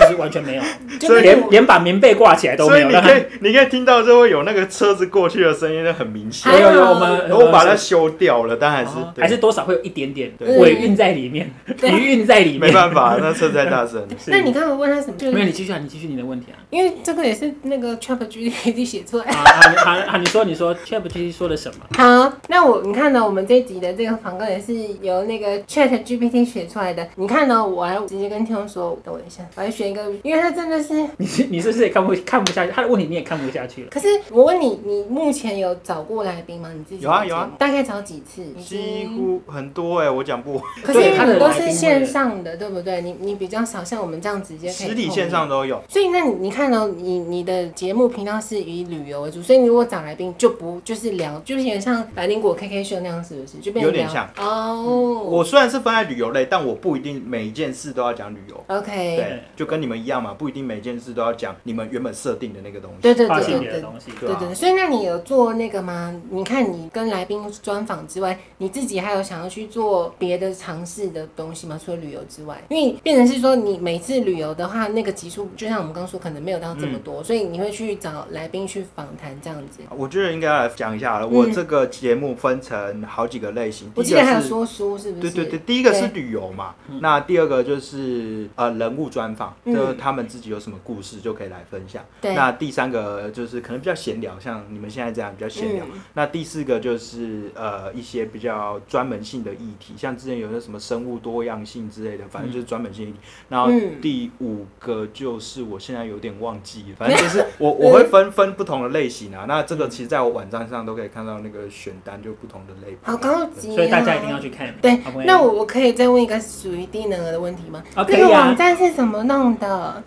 Speaker 2: 就是完全没有，
Speaker 1: 对
Speaker 3: 所
Speaker 1: 就是
Speaker 3: 以
Speaker 2: 连连把棉被挂起 <laughs> 来都
Speaker 3: 所
Speaker 2: 没
Speaker 3: 以
Speaker 2: 有。
Speaker 3: 你
Speaker 2: 让
Speaker 3: 可
Speaker 2: 它
Speaker 3: 以 <laughs> 你可以听到就会有那个车子过去的声音，那很明显
Speaker 1: 还。
Speaker 2: 有有有，
Speaker 1: 好
Speaker 2: 我们
Speaker 1: 哎
Speaker 3: 然后我把它修掉了，但还是
Speaker 2: 哦
Speaker 3: 对
Speaker 2: 还是多少会有一点点
Speaker 3: 对
Speaker 2: 尾韵在里面，
Speaker 1: 对
Speaker 2: 余韵在里面。
Speaker 3: 没办法，那车太大声。
Speaker 1: 那 <laughs> 你刚刚问他什么？就
Speaker 2: 没有，你
Speaker 1: 是
Speaker 2: 继续啊，你继续你的问题啊。
Speaker 1: 因为这个也是那个 Chat <laughs> GPT 写出来的
Speaker 2: 啊啊啊啊！你说你说 ChatGPT 说了什么？
Speaker 1: 好，那我你看呢？我们这一集的这个访纲也是由那个 Chat GPT 学出来的。你看呢？我还直接跟听众说，等我一下，我要选一个，因为它真的是。
Speaker 2: 你是你是不是也看不看不下去？他的问题你也看不下去了。
Speaker 1: 可是我问你，你目前有找过来宾吗？你自己
Speaker 3: 有啊
Speaker 1: 的
Speaker 3: 有啊
Speaker 1: 节目，大概找几次？已
Speaker 3: 几
Speaker 1: 经
Speaker 3: 乎很多哎、我讲不完。
Speaker 1: 可是因
Speaker 2: 对他
Speaker 1: 为
Speaker 2: 的
Speaker 1: 你都
Speaker 2: 来宾
Speaker 1: 是
Speaker 2: 会
Speaker 1: 线上的，对不对？你你比较少像我们这样子直接可以
Speaker 3: 实体
Speaker 1: 碰
Speaker 3: 线上都有。
Speaker 1: 所以，那你你看到、你你的节目平常是以旅游为主，所以你如果找来宾就不就是聊，就是有点像百灵果 KK 秀那样，是不是？就变成
Speaker 3: 有点
Speaker 1: 聊
Speaker 3: 像
Speaker 1: 哦。
Speaker 3: 我虽然是分在旅游类，但我不一定每一件事都要讲旅游。
Speaker 1: OK，
Speaker 3: 对，就跟你们一样嘛，不一定每件事都要讲你们原本设定的那个东西。
Speaker 1: 对对
Speaker 2: 发
Speaker 1: 对
Speaker 2: 现
Speaker 1: 对
Speaker 2: 你的
Speaker 1: 对。
Speaker 2: 东西。啊
Speaker 1: 对对，对所以那你有做那个吗？你看你跟来宾专访之外，你自己还有想要去做别的尝试的东西吗？除了旅游之外，因为变成是说你每次旅游的话，那个集数就像我们刚刚说，可能没有到这么多，
Speaker 2: 嗯
Speaker 1: 所以你会去找来宾去访谈这样子。
Speaker 3: 我觉得应该要来讲一下了。我这个节目分成好几个类型，
Speaker 1: 嗯我
Speaker 3: 第
Speaker 1: 记
Speaker 3: 一
Speaker 1: 得
Speaker 3: 个
Speaker 1: 还有
Speaker 3: 是
Speaker 1: 说书，是不
Speaker 3: 对
Speaker 1: 是？
Speaker 3: 对对，第一个是旅游嘛，那第二个就是呃人物专访，
Speaker 1: 嗯
Speaker 3: 就是他们自己有什么故事就可以来分享。
Speaker 1: 对
Speaker 3: 那第三个就是可能比较闲聊，像你们现在这样比较闲聊。
Speaker 1: 嗯
Speaker 3: 那第四个就是呃一些比较专门性的议题，像之前有些什么生物多样性之类的，反正就是专门性议题。然后
Speaker 1: 嗯
Speaker 3: 第五个就是我现在有点忘记，反正就是
Speaker 1: <laughs>
Speaker 3: 我我会分分不同的类型啊。那这个其实在我网站上都可以看到那个选单，就不同的类别。
Speaker 1: 好高级、哦，
Speaker 2: 所以大家一定要去看。
Speaker 1: 对
Speaker 2: 好不好，
Speaker 1: 那我我可以再问一个属于低能儿的问题吗？
Speaker 2: 啊可
Speaker 1: 这
Speaker 2: 以啊
Speaker 1: 个网站是怎么弄的？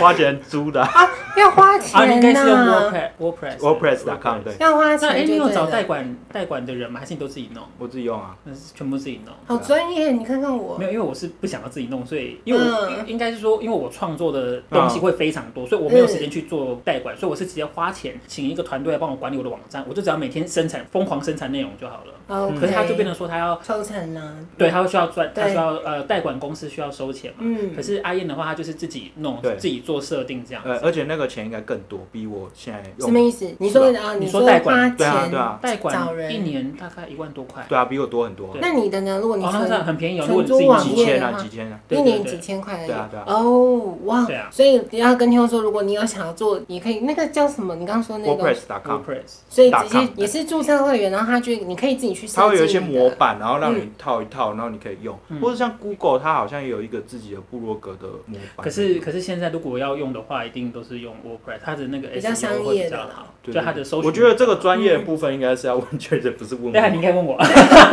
Speaker 3: 花钱租的啊
Speaker 1: 要花
Speaker 2: 啊，你应
Speaker 1: 钱
Speaker 2: 该是用
Speaker 1: 呐、
Speaker 2: WordPress WordPress
Speaker 3: WordPress.com 对。
Speaker 1: 要花
Speaker 2: 那哎，
Speaker 1: 钱
Speaker 2: 你
Speaker 1: 就
Speaker 2: 有
Speaker 1: 对
Speaker 2: 找代
Speaker 1: 了。
Speaker 2: 管代管的人吗？还是你都自己弄？
Speaker 3: 我自己用啊。
Speaker 2: 那是全部自己弄。
Speaker 1: 好专业，你看看我
Speaker 2: 没。有，因为我是不想要自己弄，所以因为我、
Speaker 1: 嗯
Speaker 2: 应该是说，因为我创作的东西会非常多，所以我没有时间去做代管，所以我是直接花钱请一个团队来帮我管理我的网站，我就只要每天生产疯狂生产内容就好了。
Speaker 1: 哦 OK，
Speaker 2: 可是他就变成说他要
Speaker 1: 抽成啊啦。
Speaker 2: 对，他会需要赚，他
Speaker 1: 嗯对
Speaker 2: 需要呃代管公司需要收钱嘛。
Speaker 1: 嗯
Speaker 2: 可是阿燕的话，她就是自己弄，
Speaker 3: 对
Speaker 2: 自己做设定这样
Speaker 3: 呃，
Speaker 2: 子。
Speaker 3: 而且那个钱应该更多，比我现在
Speaker 1: 什么
Speaker 3: 用
Speaker 1: 意思？你说
Speaker 3: 是
Speaker 1: 啊，
Speaker 2: 你
Speaker 1: 你
Speaker 2: 说
Speaker 1: 说
Speaker 2: 代
Speaker 1: 花
Speaker 2: 管
Speaker 1: 钱
Speaker 3: 对啊对啊
Speaker 2: 代
Speaker 1: 找
Speaker 2: 管一
Speaker 1: 人。
Speaker 2: 年大概一万多块，
Speaker 3: 对啊，比我多很多啊，
Speaker 2: 对
Speaker 1: 那你的呢？如果你
Speaker 2: 哦，那
Speaker 1: 存
Speaker 2: 这样很便宜哦。
Speaker 1: 存
Speaker 2: 如果你
Speaker 1: 租
Speaker 2: 自己
Speaker 1: 网
Speaker 2: 弄，
Speaker 1: 页
Speaker 3: 几千啊，
Speaker 1: 的话
Speaker 3: 几千啊，
Speaker 2: 对
Speaker 1: 一
Speaker 2: 对
Speaker 1: 年
Speaker 2: 对
Speaker 1: 几千块而已
Speaker 3: 对啊对啊。
Speaker 1: 哦，哇
Speaker 2: 对啊！
Speaker 1: 所以要跟听众说，如果你有想要做，你可以那个叫什么？你刚刚说那个
Speaker 3: WordPress.com，
Speaker 2: WordPress
Speaker 1: 所以直接
Speaker 3: .com
Speaker 1: 也是注册会员，然后他就你可以自己去设计。
Speaker 3: 它会有一些模。板，然后让你套一套，然后你可以用，或者像 Google，它好像也有一个自己的部落格的模板。
Speaker 2: 可是可是现在如果要用的话，一定都是用 WordPress，它的那个
Speaker 1: 比较
Speaker 2: SEO
Speaker 1: 商
Speaker 2: 会
Speaker 1: 业
Speaker 2: 比
Speaker 1: 的
Speaker 2: 较
Speaker 1: 啦
Speaker 2: 好，
Speaker 3: 对
Speaker 2: 就它的搜寻。
Speaker 3: 我觉得这个专业的部分应该是要问确认，不是问
Speaker 2: 对啊，你应
Speaker 3: 我。
Speaker 2: 该问我， <laughs>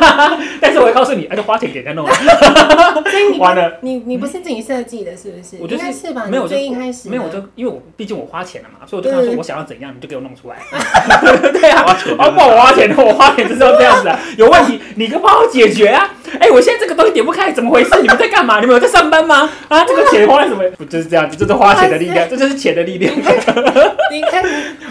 Speaker 2: 但是我会告诉你，那哎就花钱给人家弄了。
Speaker 1: 所以你
Speaker 2: 完了
Speaker 1: 你你不是自己设计的，是不是？
Speaker 2: 我就
Speaker 1: 应该是吧？
Speaker 2: 没有，我
Speaker 1: 你
Speaker 2: 就
Speaker 1: 最一开始
Speaker 2: 没有，我
Speaker 1: 的
Speaker 2: 就因为我毕竟我花钱了嘛，所以我就跟他说
Speaker 1: 嗯
Speaker 2: 我想要怎样，你就给我弄出来。对啊，
Speaker 3: 花钱
Speaker 2: 啊，不然我花钱，我花钱就是要这样子啊。有问题你跟帮我解决啊。哎、我现在这个东西点不开，怎么回事？你们在干嘛？你们有在上班吗？啊，这个钱花在什么？不就是这样子，这就是花钱的力量，这就是钱的力量
Speaker 1: 你看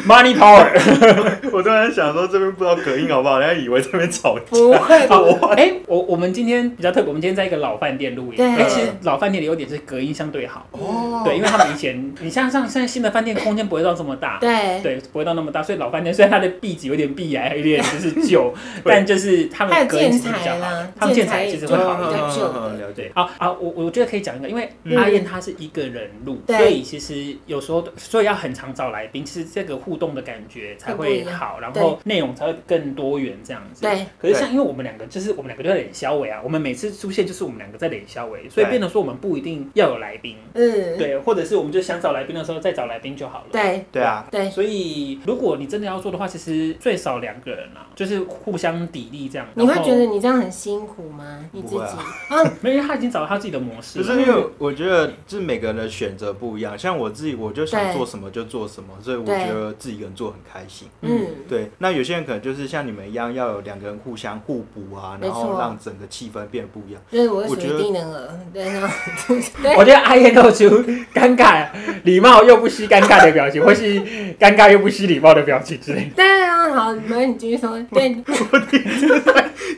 Speaker 2: ，money power。
Speaker 3: <laughs> 我突然想说，这边不知道隔音好不好，人家以为这边吵。
Speaker 1: 不会
Speaker 2: <laughs> 好，
Speaker 1: 吧？
Speaker 2: 哎、我我们今天比较特别，我们今天在一个老饭店录
Speaker 1: 对
Speaker 2: 音。哎、其实老饭店的优点是隔音相对好，
Speaker 3: 哦，
Speaker 2: 对，因为他们以前，你像像现在新的饭店空间不会到这么大，
Speaker 1: 对，
Speaker 2: 对，不会到那么大，所以老饭店虽然它的壁纸有点壁癌，有点就
Speaker 1: <laughs>
Speaker 2: 是旧，但就是他
Speaker 1: 还有
Speaker 2: 们隔音
Speaker 1: 建
Speaker 2: 其实比
Speaker 1: 材
Speaker 2: 较好
Speaker 1: 啦，
Speaker 2: 他们
Speaker 1: 建材
Speaker 2: 建材
Speaker 1: 也
Speaker 2: 其实
Speaker 1: 就
Speaker 2: 会
Speaker 1: 是
Speaker 2: 好一点。
Speaker 1: 较旧的
Speaker 3: 了解
Speaker 2: 对，。好啊，我我觉得可以讲一个，因为
Speaker 1: 嗯
Speaker 2: 阿燕她是一个人录，
Speaker 1: 对
Speaker 2: 所以其实有时候，所以要很常找来宾，其实这个互动的感觉才
Speaker 1: 会
Speaker 2: 会
Speaker 1: 不一样
Speaker 2: 好，然后内容才会更多元这样子。
Speaker 1: 对。
Speaker 2: 可是像因为我们两个就是我们两个都在脸消委啊，我们每次出现就是我们两个在脸消委，所以
Speaker 3: 对
Speaker 2: 变成说我们不一定要有来宾，
Speaker 1: 嗯，
Speaker 2: 对，或者是我们就想找来宾的时候再找来宾就好了。
Speaker 1: 对
Speaker 3: 对啊，
Speaker 1: 对，
Speaker 2: 所以，如果你真的要做的话，其实最少两个人啊，就是互相砥砺这样。
Speaker 1: 你会
Speaker 2: 然后
Speaker 1: 觉得你这样很辛苦吗？你自
Speaker 3: 不会
Speaker 1: 己
Speaker 3: 啊
Speaker 1: 啊，
Speaker 2: 没有？因为他已经找到他自己的模式
Speaker 3: 就
Speaker 2: 了。
Speaker 3: 是因为我觉得，就是每个人的选择不一样。像我自己，我就想
Speaker 1: 对
Speaker 3: 做什么就做什么，所以我
Speaker 1: 对
Speaker 3: 觉得自己一个人做很开心。
Speaker 1: 嗯，
Speaker 3: 对，那有些人可能就是像你们一样，要有两个人互相互补啊，
Speaker 1: 没
Speaker 3: 然
Speaker 1: 错
Speaker 3: 后让整个气氛变不一样。
Speaker 1: 就是我是
Speaker 3: 我
Speaker 1: 属
Speaker 3: 觉
Speaker 1: 于
Speaker 3: 得
Speaker 1: 低能儿，对，然后
Speaker 2: 我
Speaker 1: 对，
Speaker 2: 觉得阿燕露出尴尬、礼貌又不失尴尬的表情，或是尴尬又不失礼貌的表情之类的。
Speaker 1: 对啊，好，没问题，你继续说，对， <laughs>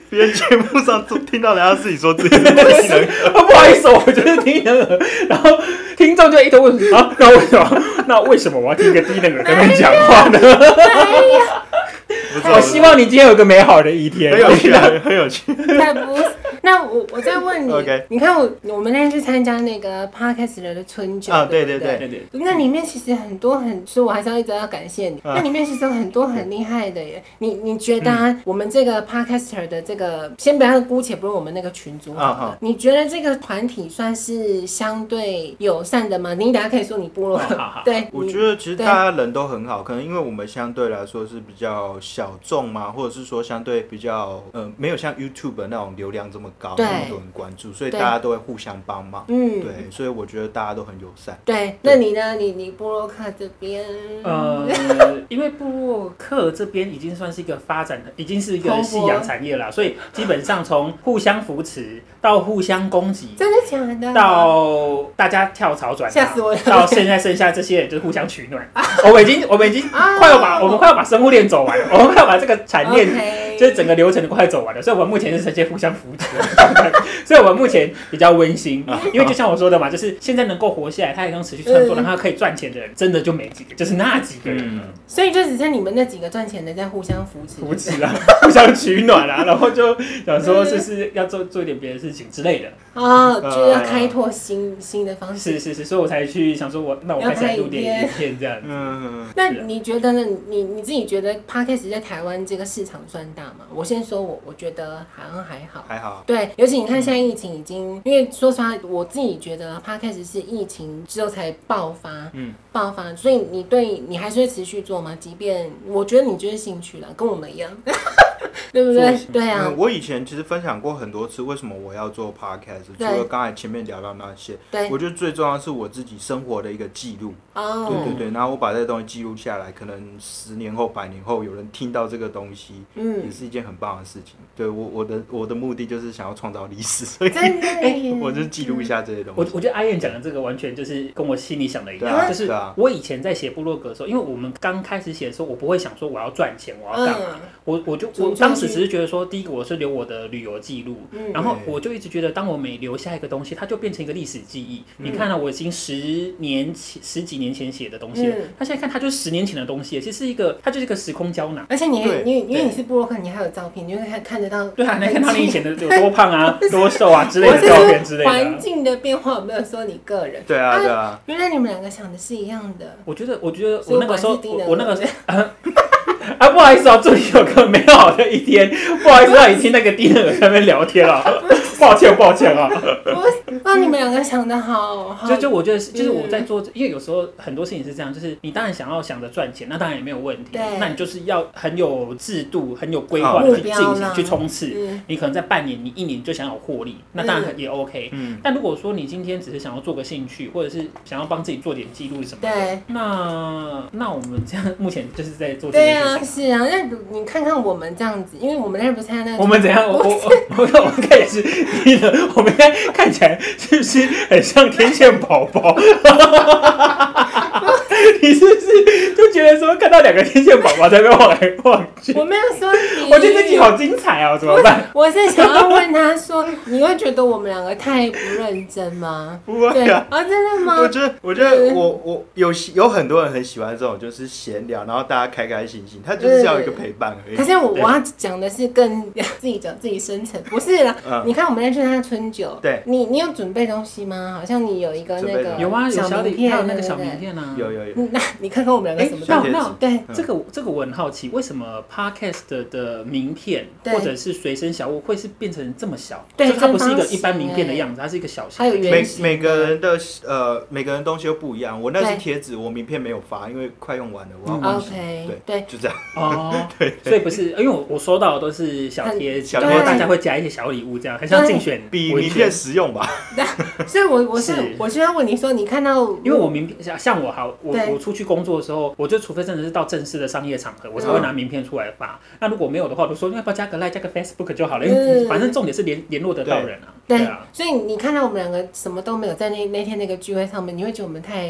Speaker 3: 别人节目上都听到人家自己说自己是异能，
Speaker 2: 不好意思，我就是低能儿。然后听众就一头问啊，那为什么？那为什么我要听一个低能儿在那边讲话呢？
Speaker 1: 哎呀，
Speaker 3: 不
Speaker 2: 我希望你今天有个美好的一天。
Speaker 3: 很有趣，很有趣。
Speaker 1: 才不是。那我我再问你
Speaker 3: <laughs> OK，
Speaker 1: 你看我我们那天去参加那个 podcast 的春酒
Speaker 3: 啊
Speaker 1: 对
Speaker 3: 对
Speaker 1: 不
Speaker 3: 对
Speaker 2: 对对。
Speaker 1: 那里面其实很多很，所以我还是要一直要感谢你。
Speaker 2: 啊
Speaker 1: 那里面其实有很多很厉害的耶。你你觉得、
Speaker 2: 嗯
Speaker 1: 啊、我们这个 podcaster 的这个，先不要姑且不论我们那个群组好了
Speaker 3: 啊啊
Speaker 1: 你觉得这个团体算是相对友善的吗？你等下可以说你部落，
Speaker 2: 好啊好好
Speaker 1: 对，
Speaker 3: 我
Speaker 1: 你
Speaker 3: 觉得其实
Speaker 1: 对
Speaker 3: 大家人都很好，可能因为我们相对来说是比较小众嘛，或者是说相对比较呃没有像 YouTube 那种流量这么么高，
Speaker 1: 对
Speaker 3: 那么多人关注，所以大
Speaker 1: 对
Speaker 3: 家都会互相帮忙。
Speaker 1: 嗯，
Speaker 3: 对，所以我觉得大家都很友善。
Speaker 1: 对，那你呢？你你波洛克这边， <laughs>
Speaker 2: 呃，因为布洛克这边已经算是一个发展的，已经是一个夕阳产业啦，所以基本上从互相扶持到互相攻击，
Speaker 1: 真的假的？
Speaker 2: 到大家跳槽转
Speaker 1: 吓死我了
Speaker 2: 行，到现在剩下这些人就是互相取暖。我们已经，我们已经
Speaker 1: 啊
Speaker 2: 快要把我们快要把生物链走完了，我们快要把这个产业
Speaker 1: OK
Speaker 2: 就是整个流程都快走完了，所以我们目前是呈现互相扶持的状态， <laughs> 所以我们目前比较温馨。
Speaker 3: 啊
Speaker 2: 因为就像我说的嘛，就是现在能够活下来，他也能持续创作，
Speaker 1: 嗯
Speaker 2: 然后可以赚钱的人，真的就没几个，就是那几个人
Speaker 3: 嗯，
Speaker 1: 所以就只剩你们那几个赚钱的在互相扶持。
Speaker 2: 扶持啊， <laughs> 互相取暖啊，然后就想说就是要做做一点别的事情之类的。
Speaker 1: 啊，就要开拓
Speaker 3: 呃
Speaker 1: 新新的
Speaker 3: 嗯
Speaker 1: 方式。
Speaker 2: 是是是，所以我才去想说我，那我
Speaker 1: 要
Speaker 2: 开始来
Speaker 1: 拍
Speaker 2: 录
Speaker 1: 影
Speaker 2: 点影片这样子。
Speaker 3: 嗯，
Speaker 1: 那你觉得呢？你你自己觉得 podcast 在台湾这个市场算大吗？我先说我，我觉得好像还好。
Speaker 3: 还好。
Speaker 1: 对，尤其你看现在疫情已经，因为说实话，我自己觉得 podcast 是疫情之后才爆发，
Speaker 3: 嗯，
Speaker 1: 爆发，所以你对你还是会持续做吗？即便我觉得你就是兴趣了，跟我们一样， <laughs> 对不对？对啊
Speaker 3: 嗯，，我以前其实分享过很多次，为什么我要做 podcast？除
Speaker 1: 对
Speaker 3: 了刚才前面聊到那些，
Speaker 1: 对，
Speaker 3: 我觉得最重要的是我自己生活的一个记录。
Speaker 1: 哦，
Speaker 3: 对对对，然后我把这东西记录下来，可能十年后、百年后有人听到这个东西，也 <laughs>
Speaker 1: 嗯，
Speaker 3: 是一件很棒的事情。对我我的我的目的就是想要创造历史，所以
Speaker 1: 真的耶，
Speaker 3: 哎我就记录一下这些
Speaker 2: 我
Speaker 3: 东西。
Speaker 2: 我觉得阿燕讲的这个完全就是跟我心里想的一样，
Speaker 3: 对啊
Speaker 2: 就是
Speaker 3: 对啊
Speaker 2: 我以前在写部落格的时候，因为我们刚开始写的时候，我不会想说我要赚钱，我要干嘛，
Speaker 1: 嗯，
Speaker 2: 我我就
Speaker 1: 主
Speaker 2: 我
Speaker 1: 张
Speaker 2: 当时
Speaker 1: 是
Speaker 2: 只是觉得说，第一个我是留我的旅游记录，
Speaker 1: 嗯
Speaker 2: 然后
Speaker 3: 对
Speaker 2: 我就一直觉得，当我每留下一个东西，它就变成一个历史记忆。
Speaker 3: 嗯
Speaker 2: 你看啊到、我已经十年前、十几年前写的东西了
Speaker 1: 嗯，
Speaker 2: 他、现在看它就是十年前的东西，其实是一个它就是一个时空胶囊。
Speaker 1: 而且你还
Speaker 3: 对
Speaker 1: 你因为
Speaker 2: 对
Speaker 1: 你是布洛克，你还有照片，你就看看得到
Speaker 2: 对啊，
Speaker 1: 环
Speaker 2: 你
Speaker 1: 境，
Speaker 2: 看到你以前的有多
Speaker 1: <laughs>
Speaker 2: 胖啊、多瘦啊之类
Speaker 1: 我
Speaker 2: 的
Speaker 1: 是
Speaker 2: 照片之
Speaker 1: 说
Speaker 2: 类的
Speaker 1: 环
Speaker 2: 啊。
Speaker 1: 境的变化，我没有说你个人。
Speaker 3: 对啊对啊，
Speaker 1: 原来你们两个想的是一样的，
Speaker 2: 我觉得，我觉得
Speaker 1: 所以
Speaker 2: 我那个时候，
Speaker 1: 还是低
Speaker 2: 我
Speaker 1: 能
Speaker 2: 我那个
Speaker 1: 儿
Speaker 2: 啊， <laughs> 不好意思哦，祝你有个美好的一天。不好意思，让你听那个低能儿在那边聊天啊，抱歉抱歉啊。
Speaker 1: 我哇，你们两个想的好好，
Speaker 2: 就就我觉得是，就是
Speaker 1: 嗯
Speaker 2: 我在做，因为有时候很多事情是这样，就是你当然想要想着赚钱，那当然也没有问题
Speaker 1: 对，
Speaker 2: 那你就是要很有制度、很有规
Speaker 3: 好
Speaker 2: 划地
Speaker 1: 目
Speaker 2: 去
Speaker 1: 标
Speaker 2: 进
Speaker 1: 啦
Speaker 2: 行、去冲刺。
Speaker 1: 嗯
Speaker 2: 你可能在半年、你一年就想要获利，那当然也 OK。
Speaker 3: 嗯，
Speaker 2: 但如果说你今天只是想要做个兴趣，或者是想要帮自己做点记录什么的，
Speaker 1: 对。
Speaker 2: 那那我们这样目前就是在做这
Speaker 1: 对
Speaker 2: 件事
Speaker 1: 啊，
Speaker 2: 情。
Speaker 1: 是啊，那你看看我们这样子，因为我们那时候不是参加那个，
Speaker 2: 我们怎样？我我我我我看也是低能，我们现在看起来是不是很像天线宝宝？ <laughs> 你是不是就觉得说看到两个天线宝宝在那边晃来晃去？
Speaker 1: 我没有说你，
Speaker 2: <laughs> 我觉得这集好精彩哦，怎么办？
Speaker 1: 我是想要问他说，你会觉得我们两个太不认真吗？
Speaker 3: 不会
Speaker 1: 对
Speaker 3: 啊
Speaker 1: 啊。，真的吗？嗯
Speaker 3: 我觉得，我觉得我我有有很多人很喜欢这种，就是闲聊，然后大家开开心心，他就是要一个陪伴而
Speaker 1: 嗯
Speaker 3: 已
Speaker 1: 可。是我我
Speaker 2: 对
Speaker 1: 要讲的是更 <laughs> 自己讲自己深层，不是啦。
Speaker 3: 嗯
Speaker 1: 你看我们在去他春酒，
Speaker 3: 对
Speaker 1: 你你有准备东西吗？好像你有一个
Speaker 3: 准
Speaker 1: 那
Speaker 3: 备
Speaker 1: 个
Speaker 3: 什么
Speaker 2: 有啊，有小
Speaker 1: 名
Speaker 2: 礼，
Speaker 1: 片，
Speaker 2: 还有那个
Speaker 1: 对
Speaker 2: 小
Speaker 1: 不对
Speaker 2: 名。片啊。
Speaker 3: 有有有，
Speaker 1: 嗯那你看看我们两
Speaker 2: 哎
Speaker 1: 个什么东
Speaker 2: 那
Speaker 3: 小
Speaker 1: 西？
Speaker 2: 我
Speaker 3: 贴
Speaker 2: 那
Speaker 3: 纸
Speaker 2: 我
Speaker 1: 对，
Speaker 3: 嗯
Speaker 2: 这个我这个我很好奇，为什么 podcast 的的名片
Speaker 1: 对
Speaker 2: 或者是随身小物会是变成这么小？
Speaker 1: 对
Speaker 2: 就它不是一个
Speaker 1: 正方形
Speaker 2: 一般名片的
Speaker 1: 哎
Speaker 2: 样子，它是一个小型
Speaker 1: 还有
Speaker 2: 的
Speaker 1: 圆
Speaker 3: 每
Speaker 1: 形
Speaker 3: 每
Speaker 1: 的
Speaker 3: 个人的呃，每个人东西都不一样。我那
Speaker 1: 对
Speaker 3: 是贴纸，我名片没有发，因为快用完了，我要
Speaker 2: 嗯
Speaker 3: 忘记。
Speaker 1: OK，
Speaker 3: 对
Speaker 1: 对，
Speaker 3: 就这样。
Speaker 2: 哦，对，所以不是，因为我我收到的都是小贴纸，
Speaker 3: 很小
Speaker 2: 然后
Speaker 1: 对
Speaker 2: 大家会加一些小礼物，这样很像竞选
Speaker 3: 比
Speaker 2: 文
Speaker 3: 名
Speaker 2: 宣
Speaker 3: 片。实用吧？
Speaker 1: 所以我我是
Speaker 2: 是
Speaker 1: 我是要问你说，你看到
Speaker 2: 因为我名片像像我好，我
Speaker 1: 对
Speaker 2: 我出去工作的时候，我就除非真的是到正式的商业场合，我才会
Speaker 1: 嗯
Speaker 2: 拿名片出来发。那如果没有的话，我就说要不要加个 Line、加个 Facebook 就好了，
Speaker 1: 嗯
Speaker 2: 因为反正重点是联联络得到人啊。
Speaker 1: 对
Speaker 2: 啊，，
Speaker 1: 所以你看到我们两个什么都没有在那那天那个聚会上面，你会觉得我们太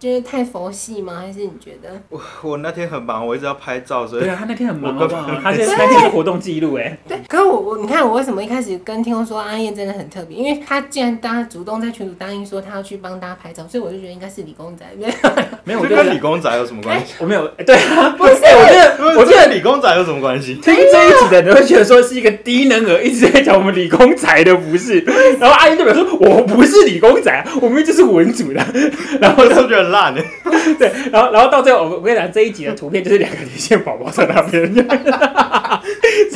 Speaker 1: 就是太佛系吗？还是你觉得？
Speaker 3: 我我那天很忙，我一直要拍照，所以
Speaker 2: 对啊，他那天很忙，
Speaker 3: 我
Speaker 2: 好
Speaker 3: 根
Speaker 2: 不
Speaker 3: 本
Speaker 2: 好？他现在那天的活动记录，哎，
Speaker 1: 对，可是我我你看我为什么一开始跟天空说阿燕真的很特别，因为她既然大家主动在群组答应说她要去帮大家拍照，所以我就觉得应该是理工仔， <laughs>
Speaker 2: 没有，我
Speaker 3: 这
Speaker 2: 就
Speaker 3: 跟理工仔有什么关系？
Speaker 2: 我没有，对啊，
Speaker 1: 不是
Speaker 2: 哎我觉得
Speaker 3: 不是
Speaker 2: 我
Speaker 3: 这跟理
Speaker 2: <laughs>
Speaker 3: 工仔有什么关系？
Speaker 2: 听这一集的，你会觉得说是一个低能儿一直在讲我们理工才的不是，情，然后阿英就表示我不是理工仔啊，我们就是文组的，然后
Speaker 3: 我都觉得很烂
Speaker 2: <laughs>
Speaker 3: 欸的。
Speaker 2: 对，然后然后到最后，我我跟你讲这一集的图片就是两个女性宝宝在那
Speaker 1: <laughs>
Speaker 2: 边，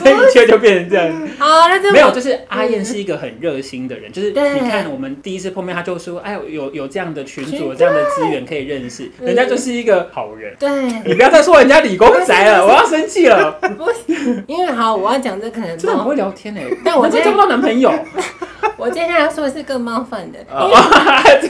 Speaker 2: 这一切就变成这样。
Speaker 1: 好，哦那这
Speaker 2: 没有，
Speaker 1: 我
Speaker 2: 就是阿燕是一个很热心的人，就是
Speaker 1: 对
Speaker 2: 你看我们第一次碰面，他就说，哎，有有这样的群组，有这样的资源可以认识，
Speaker 1: 嗯
Speaker 2: 人家就是一个好人。
Speaker 1: 对，
Speaker 2: 你不要再说人家理工宅了，我要生气了，
Speaker 1: 不是，因为好，我要讲这可能
Speaker 2: 真的很不
Speaker 1: 冒，
Speaker 2: 会聊天哎、
Speaker 1: 但我
Speaker 2: 难怪
Speaker 1: 今
Speaker 2: 交
Speaker 1: 天
Speaker 2: 不到男
Speaker 1: <laughs>
Speaker 2: 朋友。
Speaker 1: 我接下来要说的是更冒犯的，
Speaker 3: 啊
Speaker 1: 因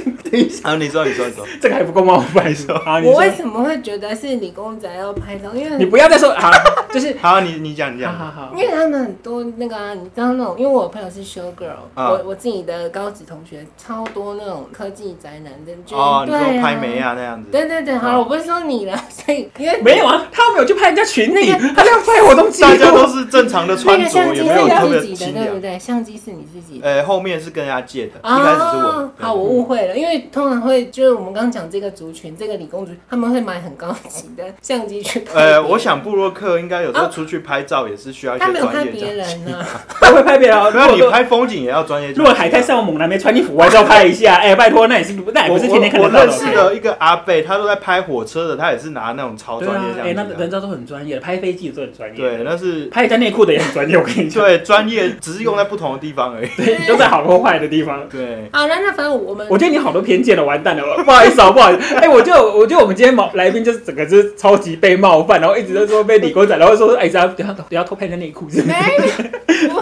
Speaker 1: 为
Speaker 2: 等一下，
Speaker 3: 然后你说，你说，你
Speaker 2: <laughs>
Speaker 3: 说，
Speaker 2: 这个还不够冒犯是
Speaker 3: 啊
Speaker 2: 吧？好你
Speaker 1: 我
Speaker 2: 说
Speaker 1: 为什么会觉得是理工仔要拍照？因为
Speaker 2: 你不要再说啊，就是
Speaker 3: 好，你你讲，你
Speaker 2: 好
Speaker 3: 讲。
Speaker 2: 好好
Speaker 1: 因，为他们很多那个啊，你知道那种，因为我朋友是 show girl，、
Speaker 3: 啊
Speaker 1: 我我自己的高职同学超多那种科技宅男的，就是、
Speaker 3: 哦，你
Speaker 1: 对
Speaker 3: 说
Speaker 1: 啊，
Speaker 3: 拍梅啊那样子，
Speaker 1: 对对对，好了，我不是说你了，所以因为
Speaker 2: 没有啊，他没有去拍人家群里，
Speaker 1: 那
Speaker 2: 他在拍活动记录
Speaker 3: <laughs> 大家都是正常的
Speaker 1: 那
Speaker 3: 穿
Speaker 1: 个
Speaker 3: 着，
Speaker 1: 相
Speaker 3: 也
Speaker 1: 机
Speaker 3: 没有特
Speaker 1: 是
Speaker 3: 别
Speaker 1: 你自己的，
Speaker 3: 清
Speaker 1: 对不
Speaker 3: 凉。
Speaker 1: 对？相机是你自己的。
Speaker 3: 呃，后面是跟人家借的，一
Speaker 1: 啊，
Speaker 3: 开始是我。对
Speaker 1: 好，我误会了，因为通常会就是我们刚刚讲这个族群，这个理工族群，他们会买很高级的相机去拍别人。
Speaker 3: 呃，我想布洛克应该有时候出去拍照也是需要一
Speaker 1: 啊他
Speaker 3: 些
Speaker 1: 没有
Speaker 3: 专
Speaker 1: 拍
Speaker 3: 业
Speaker 1: 别
Speaker 3: 的。
Speaker 1: 人啊，
Speaker 2: 都会拍别人啊。
Speaker 3: 没有，
Speaker 2: 如
Speaker 3: 你
Speaker 2: 果
Speaker 3: 拍风景也要专业。
Speaker 2: 如果海滩，上猛男没穿衣服，我还是要拍一下。哎、拜托，那也是那也
Speaker 3: 我
Speaker 2: 不是天天看
Speaker 3: 啊我
Speaker 2: 得
Speaker 3: 我
Speaker 2: 到
Speaker 3: 认
Speaker 2: 的。
Speaker 3: 识的一个阿贝，他都在拍火车的，他也是拿那种超
Speaker 2: 对
Speaker 3: 专
Speaker 2: 啊
Speaker 3: 业，
Speaker 2: 哎、
Speaker 3: 相机
Speaker 2: 那
Speaker 3: 的。
Speaker 2: 人造都很专业，拍飞机都很专业，
Speaker 3: 对，，那是
Speaker 2: 拍人家内裤的也很专业。我跟你讲，
Speaker 3: <laughs> 对专业，只是用在不同的地
Speaker 2: <laughs>
Speaker 3: 方而已。
Speaker 2: 对，都在好或坏的地方。
Speaker 3: 对，
Speaker 1: 好了，那反正我们
Speaker 2: 我觉得你好多偏见了，完蛋了，不好意思啊，不好意思。哎、我就我觉得我们今天毛来宾就是整个就是超级被冒犯，然后一直在说被理工仔，然后说哎，不要不要不要偷拍人家内裤，是不
Speaker 1: 没
Speaker 2: 是？
Speaker 1: 有，我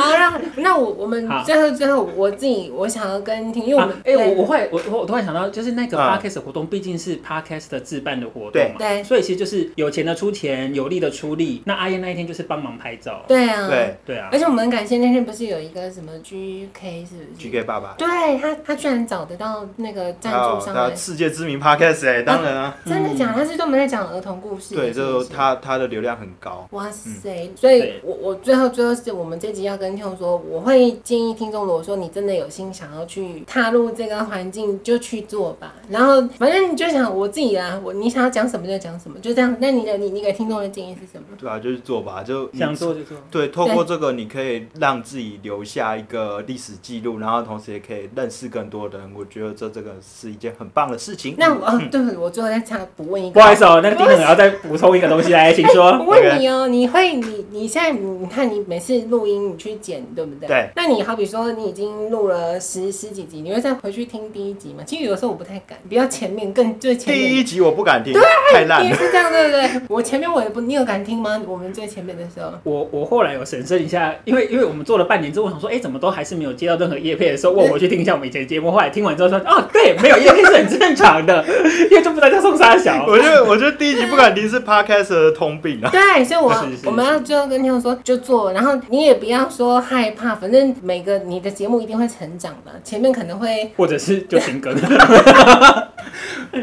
Speaker 1: 好，那那我我们
Speaker 2: 好
Speaker 1: 最后最后我自己我想要跟听，因为我
Speaker 2: 啊
Speaker 1: 们
Speaker 2: 哎、我
Speaker 1: 对
Speaker 2: 我会我我我突然想到，就是那个
Speaker 3: 啊
Speaker 2: podcast 活动，毕竟是 podcast 的自办的活动
Speaker 3: 对
Speaker 2: 嘛，
Speaker 1: 对
Speaker 2: 所以其实就是有钱的出钱，有力的出力。那阿燕那一天就是帮忙拍照，
Speaker 1: 对啊，
Speaker 3: 对，
Speaker 2: 对啊
Speaker 1: 而，且我们很感谢那天不是有一个什么 GK 是不是
Speaker 3: G K 爸爸，
Speaker 1: 对他他居然找得到那个赞助
Speaker 3: 哦
Speaker 1: 商
Speaker 3: 他
Speaker 1: 来，
Speaker 3: 世界知名 podcast 哎，当然
Speaker 1: <laughs>
Speaker 3: 啊，
Speaker 1: 真的假的？他是专门在讲儿童故事的，
Speaker 3: 对，
Speaker 1: 是不。
Speaker 3: 就是他他的流量很高。
Speaker 1: 哇塞！所以
Speaker 2: 嗯对
Speaker 1: 我，我最后最后是我们这集要跟听众说，我会建议听众，如果说你真的有心想要去踏入这个环境，就去做吧。然后，反正你就想我自己啊，我你想要讲什么就讲什么，就这样。那你的你你给听众的建议是什么？
Speaker 3: 对啊，就是做吧，就你
Speaker 2: 想做就做。
Speaker 3: 对，透过这个，你可以让自己留下一个历史记录，然后同时也可以认识更多的人。我觉得这这个是一件很棒的事情。
Speaker 1: 那我、哦、对不起，我最后再插补问一个，
Speaker 2: 不好意思哦、那个丁总要再补充一个东西来，请
Speaker 1: 我 <laughs>
Speaker 2: 说。
Speaker 1: 问你哦，你会你你现在你你看你每次录音你去剪对不对？
Speaker 3: 对。
Speaker 1: 那你好比说你已经录了十十几集，你会再回去听第一集吗？其实有时候我不太敢，比较前面更最前面。
Speaker 3: 第一集我不敢听，太烂
Speaker 1: 你也
Speaker 3: 了。
Speaker 1: 是这样对不对？ <laughs> 我前面我也不，你有敢听吗？我们最前面的时候，
Speaker 2: 我我后来有审慎一下，因为因为我们做了半年之后，我想说，哎、怎么都还是没有接到任何叶片
Speaker 1: <laughs>
Speaker 2: 的时候，哦我回去听一下我们以前的节目。后来听完之后说，哦，对，没有叶片是很正常的， <laughs> 因为就不知道在送啥小。
Speaker 3: 我觉得，我觉得第一集不敢听是 podcast 的通病啊。
Speaker 1: 对，所以我
Speaker 2: 是是是
Speaker 1: 我们要最后跟听众说就做，然后你也不要说害怕，反正每个你的节目一定会成长的，前面可能会
Speaker 2: 或者是就停更，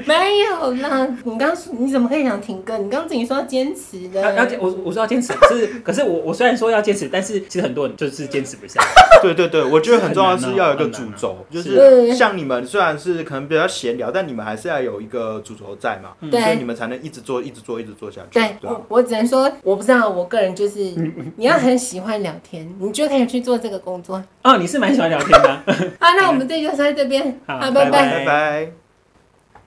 Speaker 1: 没有啦。你刚说你怎么可以想停更？你刚自己说要坚持
Speaker 2: <laughs>
Speaker 1: 的，
Speaker 2: 要要坚我我说要坚持，是可是我我虽然说要坚持，但是其实很多人就是坚持不下来。
Speaker 3: 对对对，我觉得很重要
Speaker 2: 是
Speaker 3: 是
Speaker 2: 很难啊
Speaker 3: 要有一个
Speaker 2: 很难
Speaker 3: 主
Speaker 2: 啊
Speaker 3: 轴，就是是像你们虽然是可能比较闲聊，但你们还是要有一个主轴在嘛，
Speaker 1: 嗯对
Speaker 3: 所以你们才能一直做，一直做，一直做下去。
Speaker 1: 对
Speaker 3: 啊
Speaker 1: 我，我只能说，我不知道，我个人就是，你要很喜欢聊天，你就可以去做这个工作。
Speaker 2: 哦，你是蛮喜欢聊天的啊、
Speaker 1: 啊，那我们这就在这边，
Speaker 2: 好
Speaker 1: 好，拜
Speaker 2: 拜
Speaker 1: 拜。
Speaker 3: 拜拜。